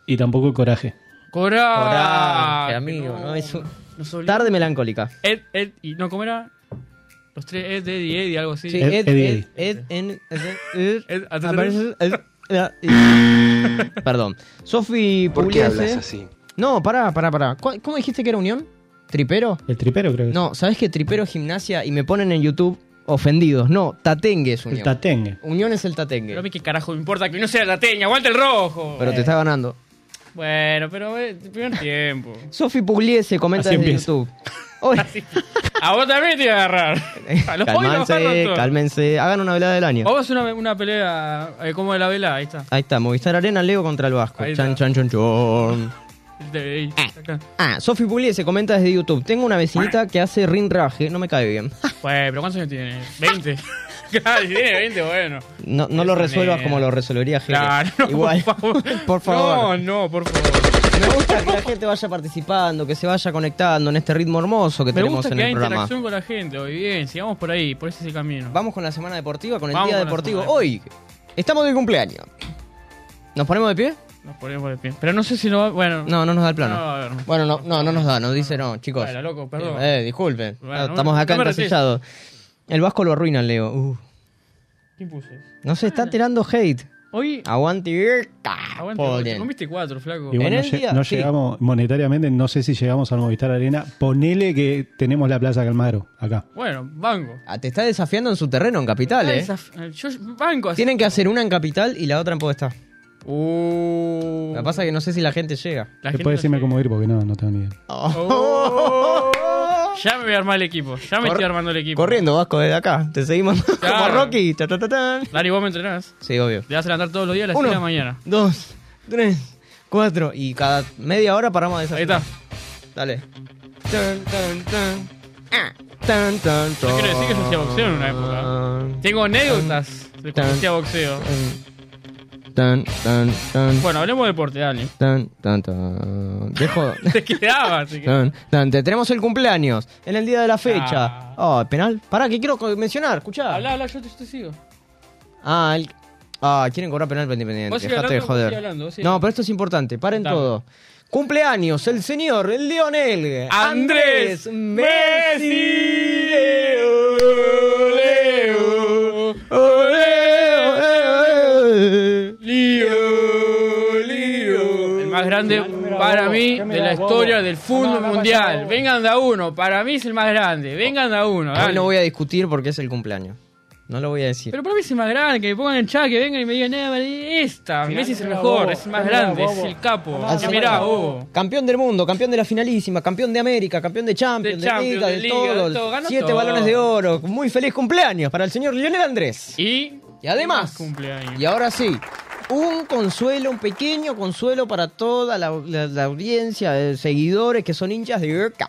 Y tampoco Coraje.
Coraje,
Coraje, amigo, no, es un-
Nos obligó.
Tarde melancólica.
Ed, Ed, y no, ¿cómo era? Los tres, Ed, Eddie, Eddie, algo así.
Sí,
Ed-
Ed,
Eddie.
Ed, Ed, en- Ed- Ed-
Ed,
aparece- Ed- Ed- Ed- Perdón. Sofi
¿Por qué
Pugliese-
hablas así?
No, pará, pará, pará. ¿Cu- ¿Cómo dijiste que era Unión? ¿Tripero?
El tripero creo que es.
No, ¿sabés que tripero es gimnasia y me ponen en YouTube ofendidos? No, Tatengue es
El
Unión.
Tatengue.
Unión es el
Pero Eh. a
Tatengue.
mí qué carajo me importa que no sea la teña, aguanta el rojo.
Pero te está ganando.
Bueno, pero eh, primer tiempo.
Sofi Pugliese comenta
Así
desde
empieza.
YouTube. Hoy.
A vos también te iba a agarrar. A los pobres los agarran
Calmense,
todos.
calmense. Hagan una velada del año.
Vamos a hacer una, una pelea eh, como de la vela, ahí está.
Ahí está, Movistar Arena, Leo contra el Vasco.
Ahí
Chan,
está.
chan, chan, chan.
El de- ahí, acá.
Ah, Sofi Pugliese comenta desde YouTube. Tengo una vecinita que hace rinraje, no me cae bien.
Bueno, pero ¿cuántos años tiene? 20. claro, si tiene 20, bueno.
No, no lo
Esa
resuelvas
nena.
como lo resolvería Jere.
Claro, no,
Igual.
por favor.
Por favor.
No, no, por favor.
Me gusta que la gente vaya participando, que se vaya conectando en este ritmo hermoso que
Me
tenemos
gusta
en
que
el
haya
programa.
interacción con la gente, hoy bien, sigamos por ahí, por ese es el camino.
Vamos con la semana deportiva, con el
Vamos
día
con la
deportivo.
semana
Hoy estamos de cumpleaños. ¿Nos ponemos de pie?
Nos ponemos de pie. Pero no sé si no va. Bueno,
No, no nos da el plano.
No, a ver, no.
Bueno, no, no, no nos da, nos dice no, chicos.
Bueno, loco, perdón.
Eh, disculpen.
Bueno,
No,
no
estamos
me-
acá
no me
encasillados. El Vasco lo arruina, Leo. Uh,
¿quién puso eso?
no se está tirando hate.
Hoy.
Aguante.
Aguanta, te
Pollen.
comiste cuatro, flaco.
Igual
En
no,
el
lle-
día,
no
sí.
llegamos monetariamente, no sé si llegamos al Movistar Arena. Ponele que tenemos la Plaza Calmaro acá.
Bueno, banco.
Ah, te está desafiando en su terreno, en Capital,
Ah,
eh.
esa- Yo banco así.
Tienen que hacer una en Capital y la otra en Podestá.
Uh,
Lo que pasa es que no sé si la gente llega.
La gente
Después
no
decime
sé.
cómo ir porque no, no tengo ni idea.
Oh. Ya me voy a armar el equipo. Ya me
Cor-
estoy armando el equipo.
Corriendo, Vasco, desde acá. Te seguimos como
Claro.
Rocky. Ta, ta, ta, ta.
Dani, vos me entrenás.
Sí, obvio.
Te vas a levantar todos los días a las 7 de la mañana.
dos, tres, cuatro. Y cada media hora paramos de
Ahí
desayunar.
está.
Dale. Tan, tan, tan. Ah, tan, tan,
Yo quiero decir que yo hacía boxeo en una época. Tengo anécdotas de cuando
Tan.
hacía boxeo.
Tan, tan, tan.
Bueno, hablemos de deporte, Dani.
Tan, tan, tan. Dejo.
Te quedaba, así que.
Tan, tan, te tenemos el cumpleaños en el día de la fecha.
Ah.
Oh, penal. Pará, que quiero co- mencionar, escuchá.
Habla, habla, yo te, yo te sigo.
Ah, el- ah, quieren cobrar penal para Independiente.
Vos sigue
Dejate de
hablando, vos
joder.
sigue hablando, vos sigue
no,
hablando.
pero esto es importante. Paren
Dame.
todo. Cumpleaños, el señor, el Lionel.
Andrés
Messi.
Leo, Leo, Leo. El más grande para mí de la historia del fútbol mundial. Vengan de a uno, para mí es el más grande. Vengan de a uno.
Hoy
dale.
no voy a discutir porque es el cumpleaños. No lo voy a decir.
Pero para mí es el más grande, que me pongan en el chat, que vengan y me digan, "Eh, vale, esta, Messi es el mejor, es el más grande, es el capo.
Así
Que
que-
mirá, bobo.
Campeón del mundo, campeón de la finalísima, campeón de América, campeón de Champions,
De
de,
Champions,
Liga,
de
de
Liga,
todo.
de todo, ganó
Siete
todo.
balones de oro. Muy feliz cumpleaños para el señor Lionel Andrés.
Y,
Y además,
más cumpleaños.
Y ahora sí, un consuelo, un pequeño consuelo para toda la, la- la audiencia de seguidores que son hinchas de Boca.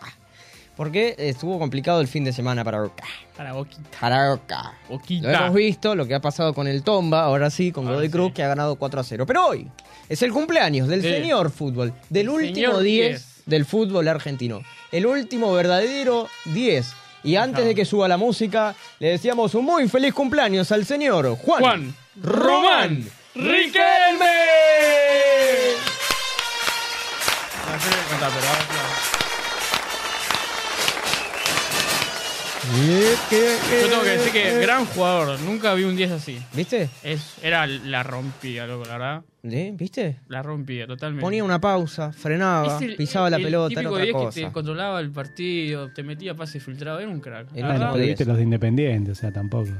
Porque estuvo complicado el fin de semana para Boca.
Para Boquita.
Para Boca.
Boquita.
Lo hemos visto, lo que ha pasado con el Tomba, ahora sí, con Godoy Cruz, que ha ganado 4 a 0. Pero hoy es el cumpleaños del
Sí.
señor fútbol, del último
señor
10
10.
del fútbol argentino. El último verdadero 10. Y antes de que suba la música, le decíamos un muy feliz cumpleaños al señor Juan,
Juan Román
Riquelme.
Yo tengo que decir que gran jugador, nunca vi un 10 así.
¿Viste?
Es, era la rompía, loco, la verdad.
¿Eh? ¿Viste?
La rompía, totalmente.
Ponía una pausa, frenaba,
Es el-
pisaba la
el
pelota, era
típico
otra
10
cosa.
que te controlaba el partido, te metía pase filtrado, era un crack.
El
La
único
verdad,
Bueno,
de-
pero viste los de Independiente, o sea, tampoco.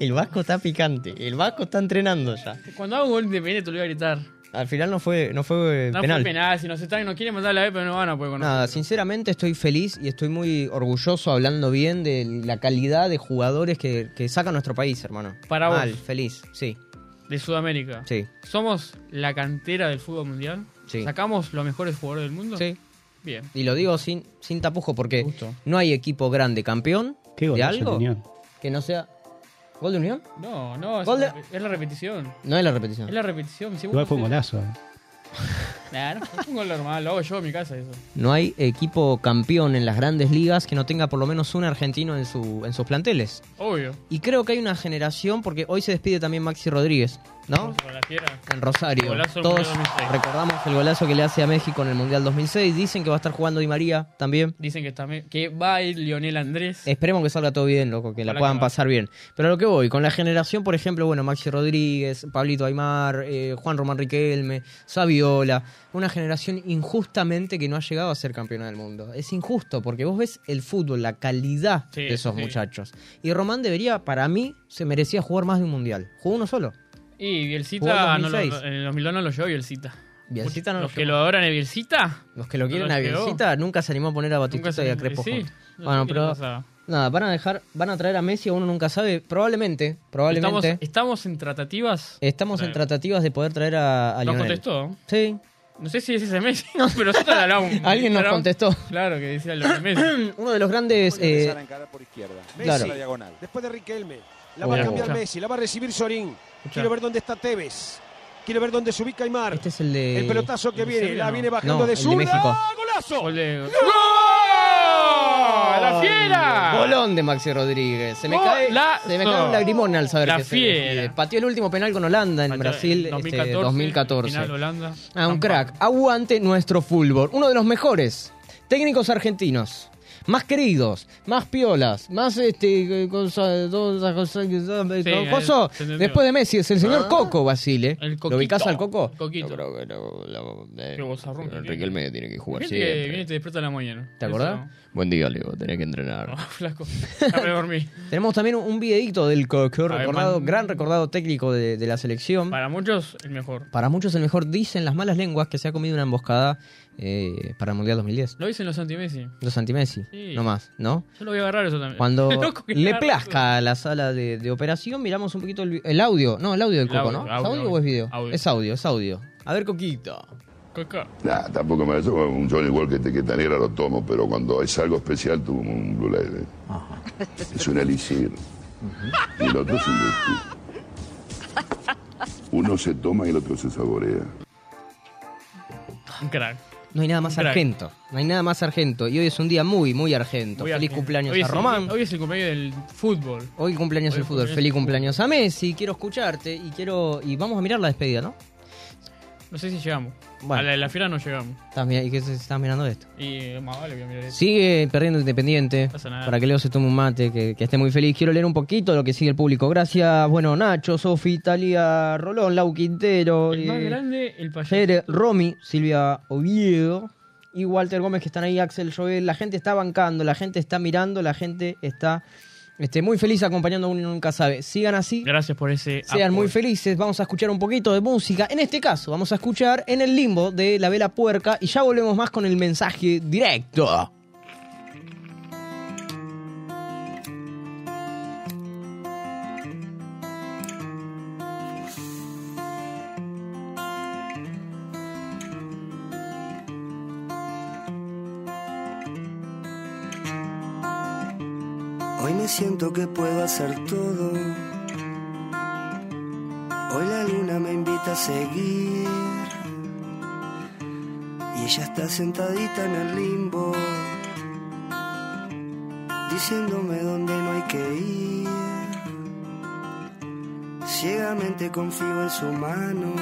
El Vasco está picante, el Vasco está entrenando ya.
Cuando hago un gol de penal te lo voy a gritar.
Al final no fue, no fue
No
penal.
fue penal, si nos están, nos quieren mandar a la E, pero no van a poder conocer.
Nada, sinceramente estoy feliz y estoy muy orgulloso hablando bien de la calidad de jugadores que, que saca nuestro país, hermano.
Para vos.
Mal, feliz, sí,
De Sudamérica.
sí,
Somos la cantera del fútbol mundial.
Sí.
Sacamos los mejores jugadores del mundo.
sí.
Bien.
Y lo digo sin, sin tapujo porque
Justo.
no hay equipo grande campeón
¿Qué
de
golazo
algo
Unión.
que no sea... ¿Gol de Unión?
No, no, es,
Gol de-
la, es la repetición.
No es la repetición.
Es la repetición. Si vos
Igual fue un
no sé-
golazo. eh.
Nah, no, es un gol normal, lo hago yo en mi casa eso.
No hay equipo campeón en las grandes ligas que no tenga por lo menos un argentino en, su, en sus planteles.
Obvio.
Y creo que hay una generación, porque hoy se despide también Maxi Rodríguez, ¿no?
Con la fiera.
En Rosario.
Golazo del
Todos
Mundial 2006.
recordamos el golazo que le hace a México en el Mundial 2006. Dicen que va a estar jugando Di María también.
Dicen que, está, me- que va a ir Lionel Andrés.
Esperemos que salga todo bien, loco, que
Ojalá
la
que
puedan
no.
pasar bien. Pero a lo que voy, con la generación, por ejemplo, bueno, Maxi Rodríguez, Pablito Aymar, eh, Juan Román Riquelme, Saviola, una generación injustamente que no ha llegado a ser campeona del mundo. Es injusto, porque vos ves el fútbol, la calidad
Sí,
de esos
sí.
muchachos. Y Román debería, para mí, se merecía jugar más de un mundial. Jugó uno solo.
Y
Jugó en
Bielcita, no lo-
2006.
en el 2002 no lo llevó Bielcita.
Bielcita no lo
Los que
llevó.
lo adoran a Bielcita,
Los que lo
No
quieren
lo
a
llegó.
Bielcita nunca se animó a poner a
nunca
Batistuta y
se
a Crespo
sí,
juntos.
no sé
Bueno,
qué le
pero
pasaba.
nada, van a dejar, van a traer a Messi, uno nunca sabe, probablemente,
Estamos,
probablemente.
estamos en tratativas.
Estamos en
Sí.
tratativas de poder traer a, a
Nos
Lionel.
contestó.
Sí,
No sé si es ese Messi, pero nosotros le hablamos.
alguien nos
Era un-
contestó.
Claro, que decía lo de Messi.
Uno de los grandes. eh,
Empezar a encarar por izquierda. Messi
claro.
a la diagonal. Después de Riquelme. La va
Oh.
a cambiar
Escucha.
Messi, la va a recibir Sorín.
Escucha.
Quiero ver dónde está Tevez. Quiero ver dónde se ubica Aymar.
este es el de.
el pelotazo que
¿en
viene,
serio?
la viene bajando
No,
de
el de
zurda.
México.
¡Ah, ¡Golazo!
Gol de- ¡Gol! ¡La fiera!
Bolón de Maxi Rodríguez. Se me cae,
Golazo.
se me cae un lagrimón al saber
La
que se
fiera.
despide. Pateó el último penal con Holanda en Brasil este, 2014.
Final Holanda.
Ah, un
Tampa.
crack. Aguante nuestro fútbol. Uno de los mejores técnicos argentinos. más queridos, más piolas, más este eh, cosa, todas esas cosas que son-
Sí,
co-
eh,
coso.
se entendió.
Después de Messi es el señor Coco Basile.
El
¿Lo ubicás
Coquito.
al Coco?
Coquito.
Yo creo que no, la- eh,
Qué bozarrón que
el
tiene.
Riquelme tiene que jugar
Gente que
siempre.
viene y te despierta a la mañana.
¿Te acordás?
Eso,
Buen día, Leo, tenés que entrenar.
No, Ah, flaco. Ya me dormí.
Tenemos también un videíto del Coco,
ver,
recordado,
man-
gran recordado técnico de, de la selección.
Para muchos, el mejor.
Para muchos el mejor dicen las malas lenguas que se ha comido una emboscada eh, para el Mundial 2010.
Lo dicen los anti-Messi.
Los anti-Messi,
Sí.
no más, ¿no?
Yo lo voy a agarrar eso también.
Cuando
Loco que
le
agarra
plazca a la sala de, de operación, miramos un poquito el, vi- el audio. No, el audio del
El
Coco,
audio,
¿no?
audio,
¿Es audio
audio.
o es video?
Audio.
Es audio, es audio. A ver, Coquito.
eso. Coca.
Nah, tampoco me parece un Johnny Walker de que negra lo tomo, pero cuando es algo especial tuvo un Blue Label. Es un elixir. Y el otro es un whisky. Uno se toma y el otro se saborea.
Un crack.
No hay nada más
Un crack.
argento. No hay nada más argento. Y hoy es un día muy, muy argento.
Voy a-
Feliz cumpleaños
hoy
a
es el-
Román.
Hoy es el cumpleaños del fútbol.
Hoy cumpleaños
Hoy
el fútbol.
cumpleaños
Feliz
el fútbol.
cumpleaños a Messi. Quiero escucharte y quiero. Y vamos a mirar la despedida, ¿no?
No sé si llegamos.
Bueno.
A la de la fiera no llegamos.
Estás mi- ¿Y qué se- estás mirando esto?
Y eh, más vale voy a mirar eso.
Sigue perdiendo Independiente.
Pasa nada.
Para que Leo se tome un mate, que, que esté muy feliz. Quiero leer un poquito lo que sigue el público. Gracias, bueno, Nacho, Sofi, Talía, Rolón, Lau Quintero,
El más
eh,
grande, el payaso.
Jere, Romy, Silvia Oviedo y Walter Gómez que están ahí, Axel Joel. La gente está bancando, la gente está mirando, la gente está este, muy feliz acompañando a uno nunca sabe. Sigan así.
Gracias por ese.
Sean muy
apoyo.
felices, vamos a escuchar un poquito de música. En este caso, vamos a escuchar En el limbo de La Vela Puerca y ya volvemos más con el mensaje directo.
Hoy me siento que puedo hacer todo. Hoy la luna me invita a seguir. Y ella está sentadita en el limbo. Diciéndome dónde no hay que ir. Ciegamente confío en su mano.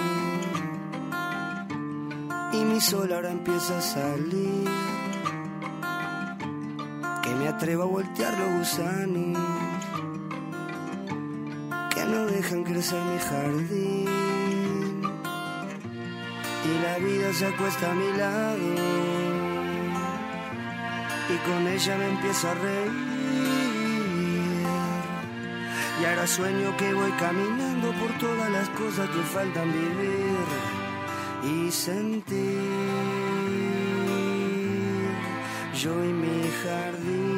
Y mi sol ahora empieza a salir que me atrevo a voltear los gusanos que no dejan crecer mi jardín y la vida se acuesta a mi lado y con ella me empiezo a reír y ahora sueño que voy caminando por todas las cosas que faltan vivir y sentir yo y mi jardín.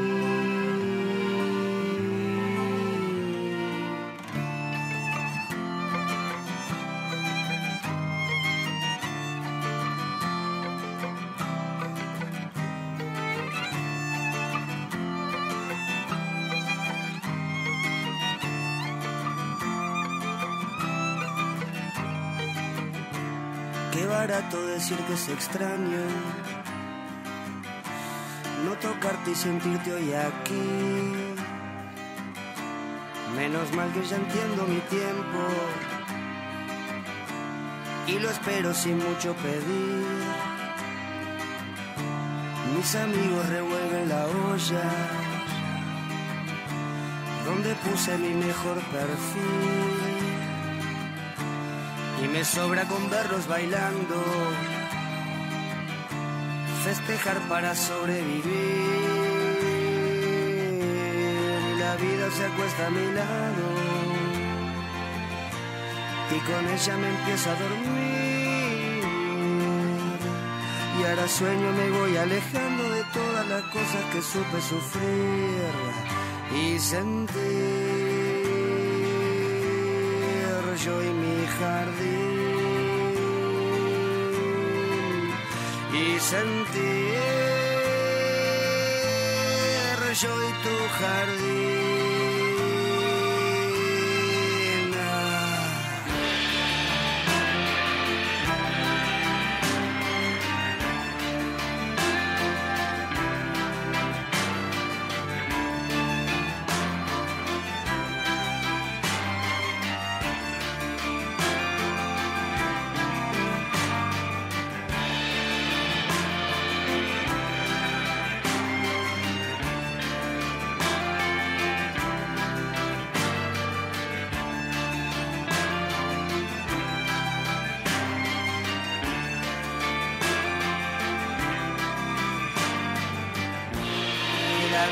Qué barato decir que se extraña. No tocarte y sentirte hoy aquí. Menos mal que ya entiendo mi tiempo. Y lo espero sin mucho pedir. Mis amigos revuelven la olla. Donde puse mi mejor perfil y me sobra con verlos bailando. Festejar para sobrevivir. Y La vida se acuesta a mi lado y con ella me empiezo a dormir. Y ahora sueño me voy alejando de todas las cosas que supe sufrir y sentir yo y mi jardín y sentir yo y tu jardín. Ah.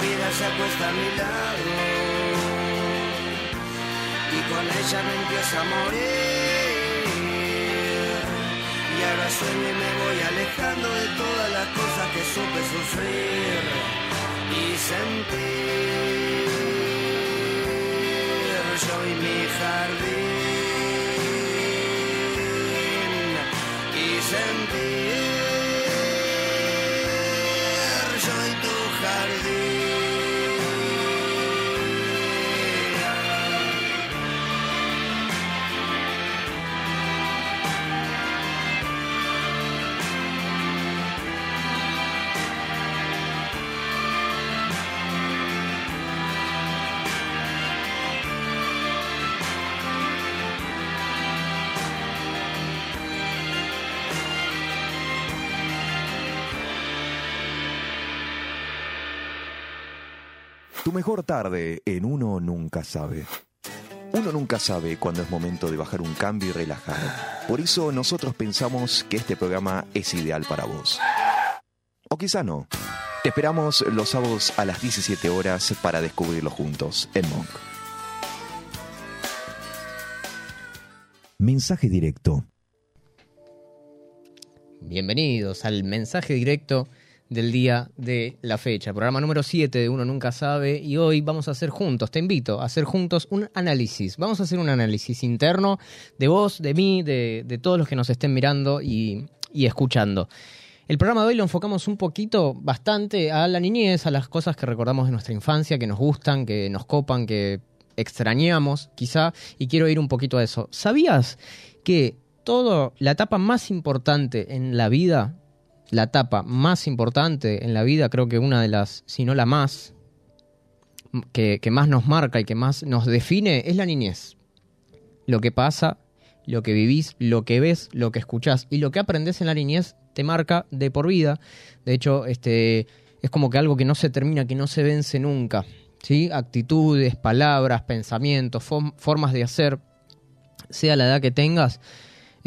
vida se acuesta a mi lado y con ella me empiezo a morir. Y ahora sueño y me voy alejando de todas las cosas que supe sufrir y sentir. Yo y mi jardín y sentir. Yo y tu jardín.
Tu mejor tarde en Uno Nunca Sabe. Uno nunca sabe cuándo es momento de bajar un cambio y relajar. Por eso nosotros pensamos que este programa es ideal para vos. O quizá no. Te esperamos los sábados a las 17 horas para descubrirlo juntos en Monk. Mensaje directo.
Bienvenidos al mensaje directo del día de la fecha, programa número 7 de Uno Nunca Sabe y hoy vamos a hacer juntos, te invito a hacer juntos un análisis, vamos a hacer un análisis interno de vos, de mí, de, de todos los que nos estén mirando y, y escuchando. El programa de hoy lo enfocamos un poquito, bastante, a la niñez, a las cosas que recordamos de nuestra infancia, que nos gustan, que nos copan, que extrañamos, quizá, y quiero ir un poquito a eso. ¿Sabías que todo, la etapa más importante en la vida, la etapa más importante en la vida, creo que una de las, si no la más, que, que más nos marca y que más nos define, es la niñez. Lo que pasa, lo que vivís, lo que ves, lo que escuchás y lo que aprendés en la niñez te marca de por vida. De hecho, este, es como que algo que no se termina, que no se vence nunca. ¿sí? Actitudes, palabras, pensamientos, fom- formas de hacer, sea la edad que tengas,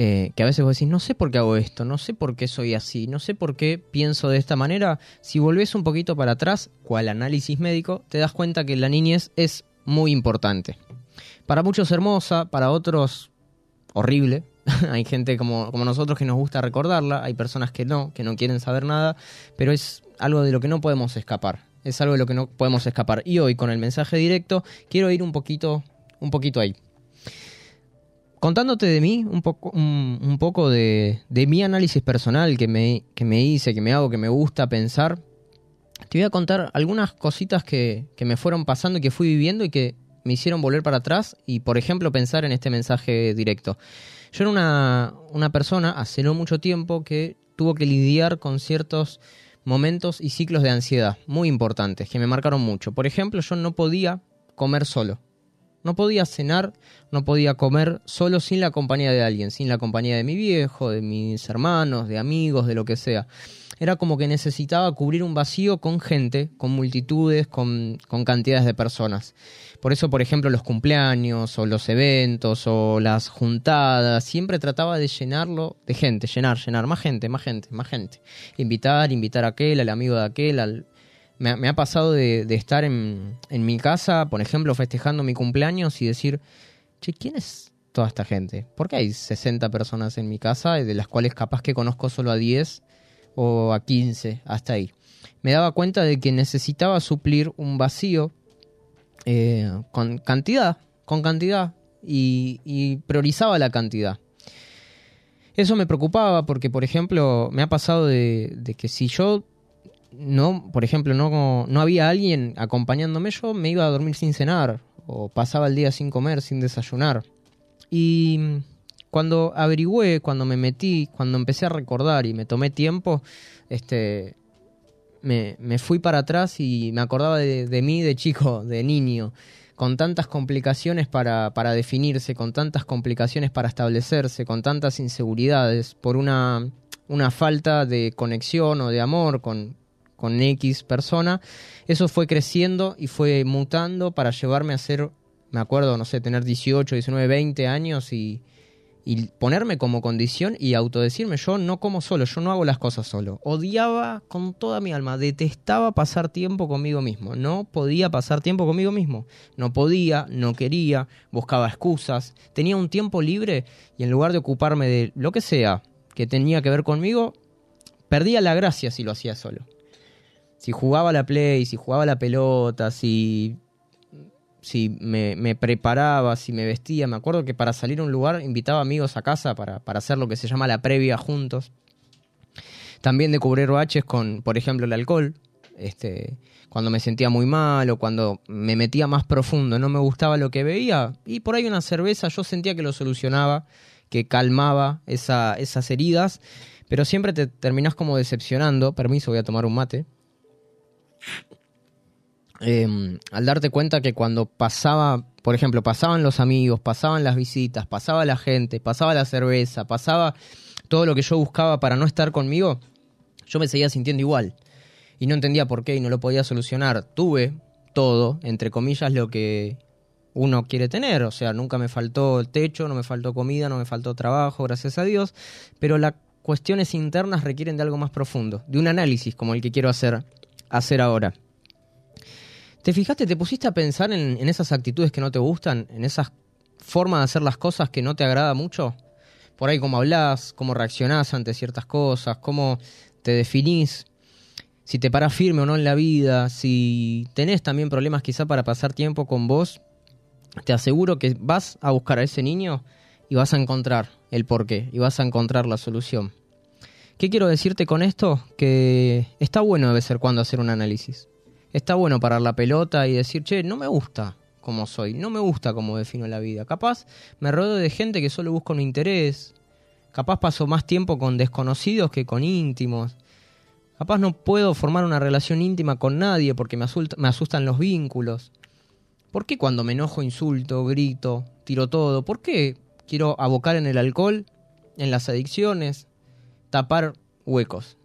eh, que a veces vos decís, no sé por qué hago esto, no sé por qué soy así, no sé por qué pienso de esta manera, si volvés un poquito para atrás, cual análisis médico, te das cuenta que la niñez es muy importante. Para muchos hermosa, para otros horrible. hay gente como, como nosotros que nos gusta recordarla, hay personas que no, que no quieren saber nada, pero es algo de lo que no podemos escapar. Es algo de lo que no podemos escapar. Y hoy, con el mensaje directo, quiero ir un poquito, un poquito ahí contándote de mí, un poco, un, un poco de, de mi análisis personal que me, que me hice, que me hago, que me gusta pensar, te voy a contar algunas cositas que, que me fueron pasando y que fui viviendo y que me hicieron volver para atrás y, por ejemplo, pensar en este mensaje directo. Yo era una, una persona hace no mucho tiempo que tuvo que lidiar con ciertos momentos y ciclos de ansiedad muy importantes que me marcaron mucho. Por ejemplo, yo no podía comer solo. No podía cenar, no podía comer solo sin la compañía de alguien, sin la compañía de mi viejo, de mis hermanos, de amigos, de lo que sea. Era como que necesitaba cubrir un vacío con gente, con multitudes, con, con cantidades de personas. Por eso, por ejemplo, los cumpleaños o los eventos o las juntadas, siempre trataba de llenarlo de gente, llenar, llenar, más gente, más gente, más gente. Invitar, invitar a aquel, al amigo de aquel, al, me, ha- me ha pasado de, de estar en, en mi casa, por ejemplo, festejando mi cumpleaños y decir, che, ¿quién es toda esta gente? ¿Por qué hay 60 personas en mi casa de las cuales capaz que conozco solo a 10 o a 15, hasta ahí? Me daba cuenta de que necesitaba suplir un vacío eh, con cantidad, con cantidad, y- y priorizaba la cantidad. Eso me preocupaba porque, por ejemplo, me ha pasado de, de que si yo no, por ejemplo, no, no había alguien acompañándome, yo me iba a dormir sin cenar o pasaba el día sin comer, sin desayunar. Y cuando averigüé, cuando me metí, cuando empecé a recordar y me tomé tiempo, este, me, me fui para atrás y me acordaba de, de mí de chico, de niño, con tantas complicaciones para, para definirse, con tantas complicaciones para establecerse, con tantas inseguridades, por una, una falta de conexión o de amor con, con X persona. Eso fue creciendo y fue mutando para llevarme a ser, me acuerdo, no sé, tener 18, 19, 20 años y, y ponerme como condición y autodecirme, yo no como solo, yo no hago las cosas solo. Odiaba con toda mi alma, detestaba pasar tiempo conmigo mismo, no podía pasar tiempo conmigo mismo, no podía, no quería, buscaba excusas, tenía un tiempo libre y en lugar de ocuparme de lo que sea que tenía que ver conmigo, perdía la gracia si lo hacía solo. Si jugaba la play, si jugaba la pelota, si si me, me preparaba, si me vestía. Me acuerdo que para salir a un lugar invitaba amigos a casa para, para hacer lo que se llama la previa juntos. También de cubrir baches con, por ejemplo, el alcohol. Este, cuando me sentía muy mal o cuando me metía más profundo, no me gustaba lo que veía. Y por ahí una cerveza yo sentía que lo solucionaba, que calmaba esa, esas heridas. Pero siempre te terminás como decepcionando. Permiso, voy a tomar un mate. Eh, al darte cuenta que cuando pasaba, por ejemplo, pasaban los amigos, pasaban las visitas, pasaba la gente, pasaba la cerveza, pasaba todo lo que yo buscaba para no estar conmigo, yo me seguía sintiendo igual. Y no entendía por qué y no lo podía solucionar. Tuve todo, entre comillas, lo que uno quiere tener. O sea, nunca me faltó el techo, no me faltó comida, no me faltó trabajo, gracias a Dios. Pero las cuestiones internas requieren de algo más profundo, de un análisis como el que quiero hacer, hacer ahora. ¿Te fijaste, te pusiste a pensar en, en, esas actitudes que no te gustan, en esas formas de hacer las cosas que no te agrada mucho? Por ahí cómo hablas, cómo reaccionás ante ciertas cosas, cómo te definís, si te parás firme o no en la vida, si tenés también problemas quizá para pasar tiempo con vos, te aseguro que vas a buscar a ese niño y vas a encontrar el porqué y vas a encontrar la solución. ¿Qué quiero decirte con esto? Que está bueno de vez en cuando hacer un análisis está bueno parar la pelota y decir, che, no me gusta como soy, no me gusta como defino la vida. Capaz me rodeo de gente que solo busca un interés. Capaz paso más tiempo con desconocidos que con íntimos. Capaz no puedo formar una relación íntima con nadie porque me, asulta- me asustan los vínculos. ¿Por qué cuando me enojo insulto, grito, tiro todo? ¿Por qué quiero abocar en el alcohol, en las adicciones, tapar huecos?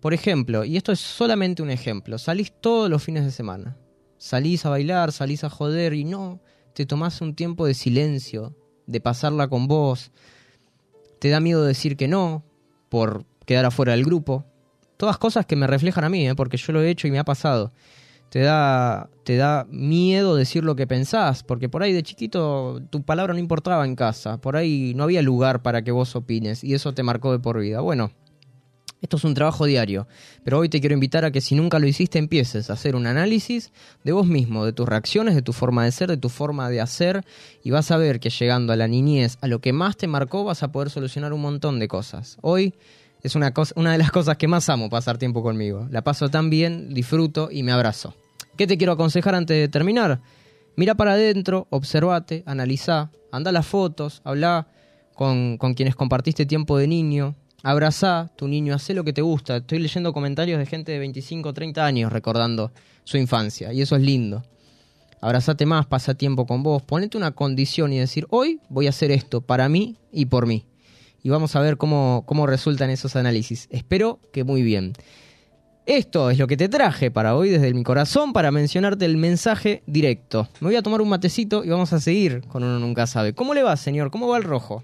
Por ejemplo, y esto es solamente un ejemplo, salís todos los fines de semana. Salís a bailar, salís a joder y no, te tomás un tiempo de silencio, de pasarla con vos. Te da miedo decir que no por quedar afuera del grupo. Todas cosas que me reflejan a mí, ¿eh? porque yo lo he hecho y me ha pasado. Te da, te da miedo decir lo que pensás, porque por ahí de chiquito tu palabra no importaba en casa, por ahí no había lugar para que vos opines y eso te marcó de por vida. Bueno, esto es un trabajo diario, pero hoy te quiero invitar a que si nunca lo hiciste empieces a hacer un análisis de vos mismo, de tus reacciones, de tu forma de ser, de tu forma de hacer y vas a ver que llegando a la niñez, a lo que más te marcó, vas a poder solucionar un montón de cosas. Hoy es una, cosa, una de las cosas que más amo pasar tiempo conmigo. La paso tan bien, disfruto y me abrazo. ¿Qué te quiero aconsejar antes de terminar? Mira para adentro, observate, analiza, anda a las fotos, habla con, con quienes compartiste tiempo de niño, Abrazá tu niño, haz lo que te gusta. Estoy leyendo comentarios de gente de 25, 30 años recordando su infancia y eso es lindo. Abrazate más, pasa tiempo con vos, ponete una condición y decir, hoy voy a hacer esto para mí y por mí. Y vamos a ver cómo, cómo resultan esos análisis. Espero que muy bien. Esto es lo que te traje para hoy desde mi corazón para mencionarte el mensaje directo. Me voy a tomar un matecito y vamos a seguir con uno nunca sabe. ¿Cómo le va, señor? ¿Cómo va el rojo?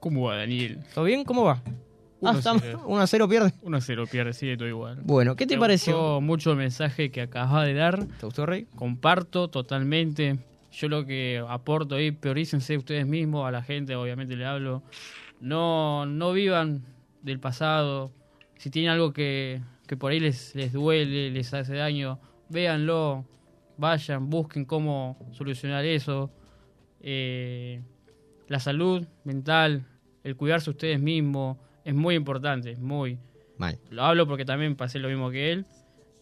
¿Cómo va, Daniel?
¿Todo bien? ¿Cómo va? Ah, estamos- 1-0 pierde.
1-0 pierde, sigue todo igual.
Bueno, ¿qué te
Me
pareció?
gustó mucho el mensaje que acabas de dar.
¿Te gustó, Rey?
Comparto totalmente. Yo lo que aporto ahí, priorícense ustedes mismos, a la gente obviamente le hablo. No, no vivan del pasado. Si tienen algo que, que por ahí les, les duele, les hace daño, véanlo, vayan, busquen cómo solucionar eso. Eh, la salud mental, el cuidarse ustedes mismos, es muy importante, muy.
Mal.
Lo hablo porque también pasé lo mismo que él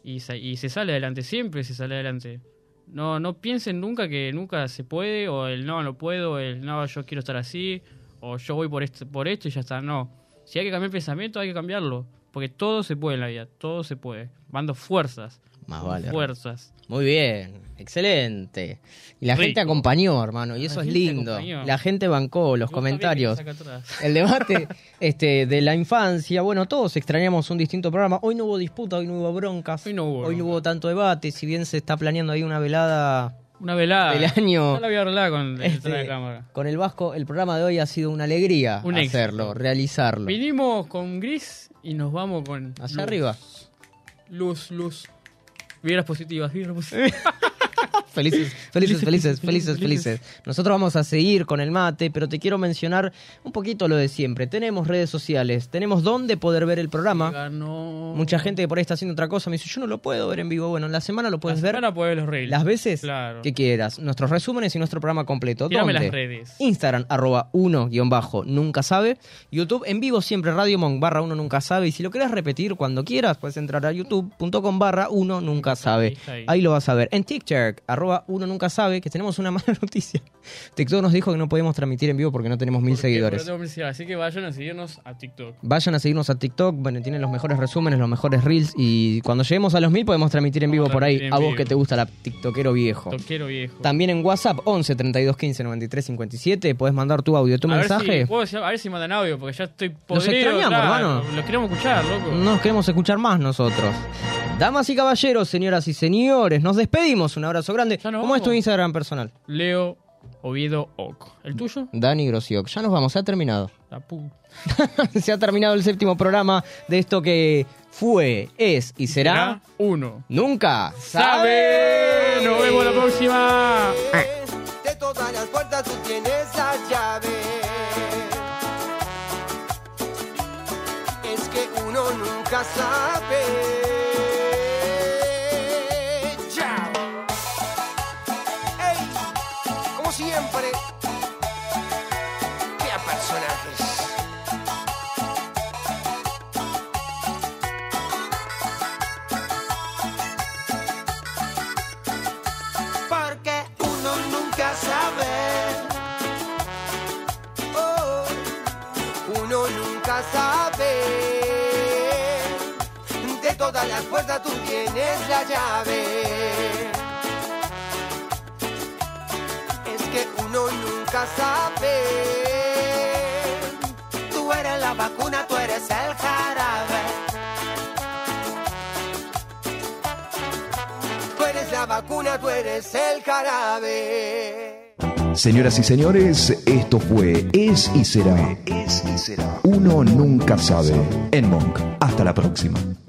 y, sa- y se sale adelante, siempre se sale adelante. No, no piensen nunca que nunca se puede, o el no, no puedo, o el no, yo quiero estar así, o yo voy por, este, por esto y ya está. No. Si hay que cambiar pensamiento, hay que cambiarlo. Porque todo se puede en la vida, todo se puede. Mando fuerzas.
Más
con
Ah, vale.
Fuerzas.
Muy bien, excelente. Y la
Rico.
gente acompañó, hermano, y eso es
gente
lindo.
acompañó.
La gente bancó los
Vos
comentarios.
sabés que te saca atrás.
El debate este, de la infancia, bueno, todos extrañamos un distinto programa. Hoy no hubo disputa, hoy no hubo broncas, hoy no hubo, tanto debate, si bien se está planeando ahí una velada
Una velada.
del año.
Ya la voy a arreglar con la
Este,
cámara.
con el Vasco, el programa de hoy ha sido una alegría
Un éxito.
hacerlo, realizarlo.
Vinimos con gris y nos vamos con.
Hacia
luz.
arriba.
Luz, luz. Vibras positivas, vibras positivas.
Felices, felices, felices, felices, felices. Nosotros vamos a seguir con el mate, pero te quiero mencionar un poquito lo de siempre. Tenemos redes sociales, tenemos dónde poder ver el programa.
Ganó.
Mucha gente que por ahí está haciendo otra cosa me dice, yo no lo puedo ver en vivo. Bueno, en la semana lo puedes ver
Van a poder ver los reels.
las veces
Claro.
que quieras. Nuestros resúmenes y nuestro programa completo.
Tírame
¿Dónde?
las redes.
Instagram, arroba uno guión bajo, nunca sabe. YouTube, en vivo siempre, Radio Monk, barra uno nunca sabe. Y si lo quieres repetir cuando quieras, puedes entrar a youtube.com barra uno nunca sabe.
está ahí.
Ahí lo vas a ver. En TikTok, arroba uno nunca sabe, que tenemos una mala noticia. TikTok nos dijo que no podemos transmitir en vivo porque no tenemos mil
Porque
seguidores.
no tengo mil seguidores, Así que vayan a seguirnos a TikTok.
Vayan a seguirnos a TikTok, bueno, tienen los mejores resúmenes, los mejores reels y cuando lleguemos a los mil podemos transmitir en vivo
Vamos a
por ahí.
transmitir
A
en
vos
vivo.
que te gusta la TikTokero viejo.
Toquero viejo.
También en WhatsApp 11 32 15 93 57 puedes mandar tu audio, tu
a Ver
mensaje.
si, puedo decir- a ver si mandan audio, porque ya estoy podrido.
extrañamos,
claro.
hermano.
Los queremos escuchar, loco.
Nos queremos escuchar más nosotros. Damas y caballeros, señoras y señores, nos despedimos. Un abrazo grande.
Ya nos
¿Cómo es tu
vamos.
Instagram personal?
Leo Oviedo Oc. ¿El tuyo?
Dani Grosioc. Ya nos vamos, se ha terminado.
La pu.
se ha terminado el séptimo programa de esto que fue, es y será.
Uno.
Nunca
¡Sabe! ¡Nos vemos la próxima!
De todas las puertas tú tienes la llave. Es que uno nunca sabe. Chao. Ey, como siempre, vea personajes. porque uno nunca sabe. Oh, uno nunca sabe. De todas las puertas tú tienes la llave. Es que uno nunca sabe. Tú eres la vacuna, tú eres el jarabe. Tú eres la vacuna, tú eres el jarabe.
Señoras y señores, esto fue Es y Será. Es y Será. Uno nunca sabe. En Monk. Hasta la próxima.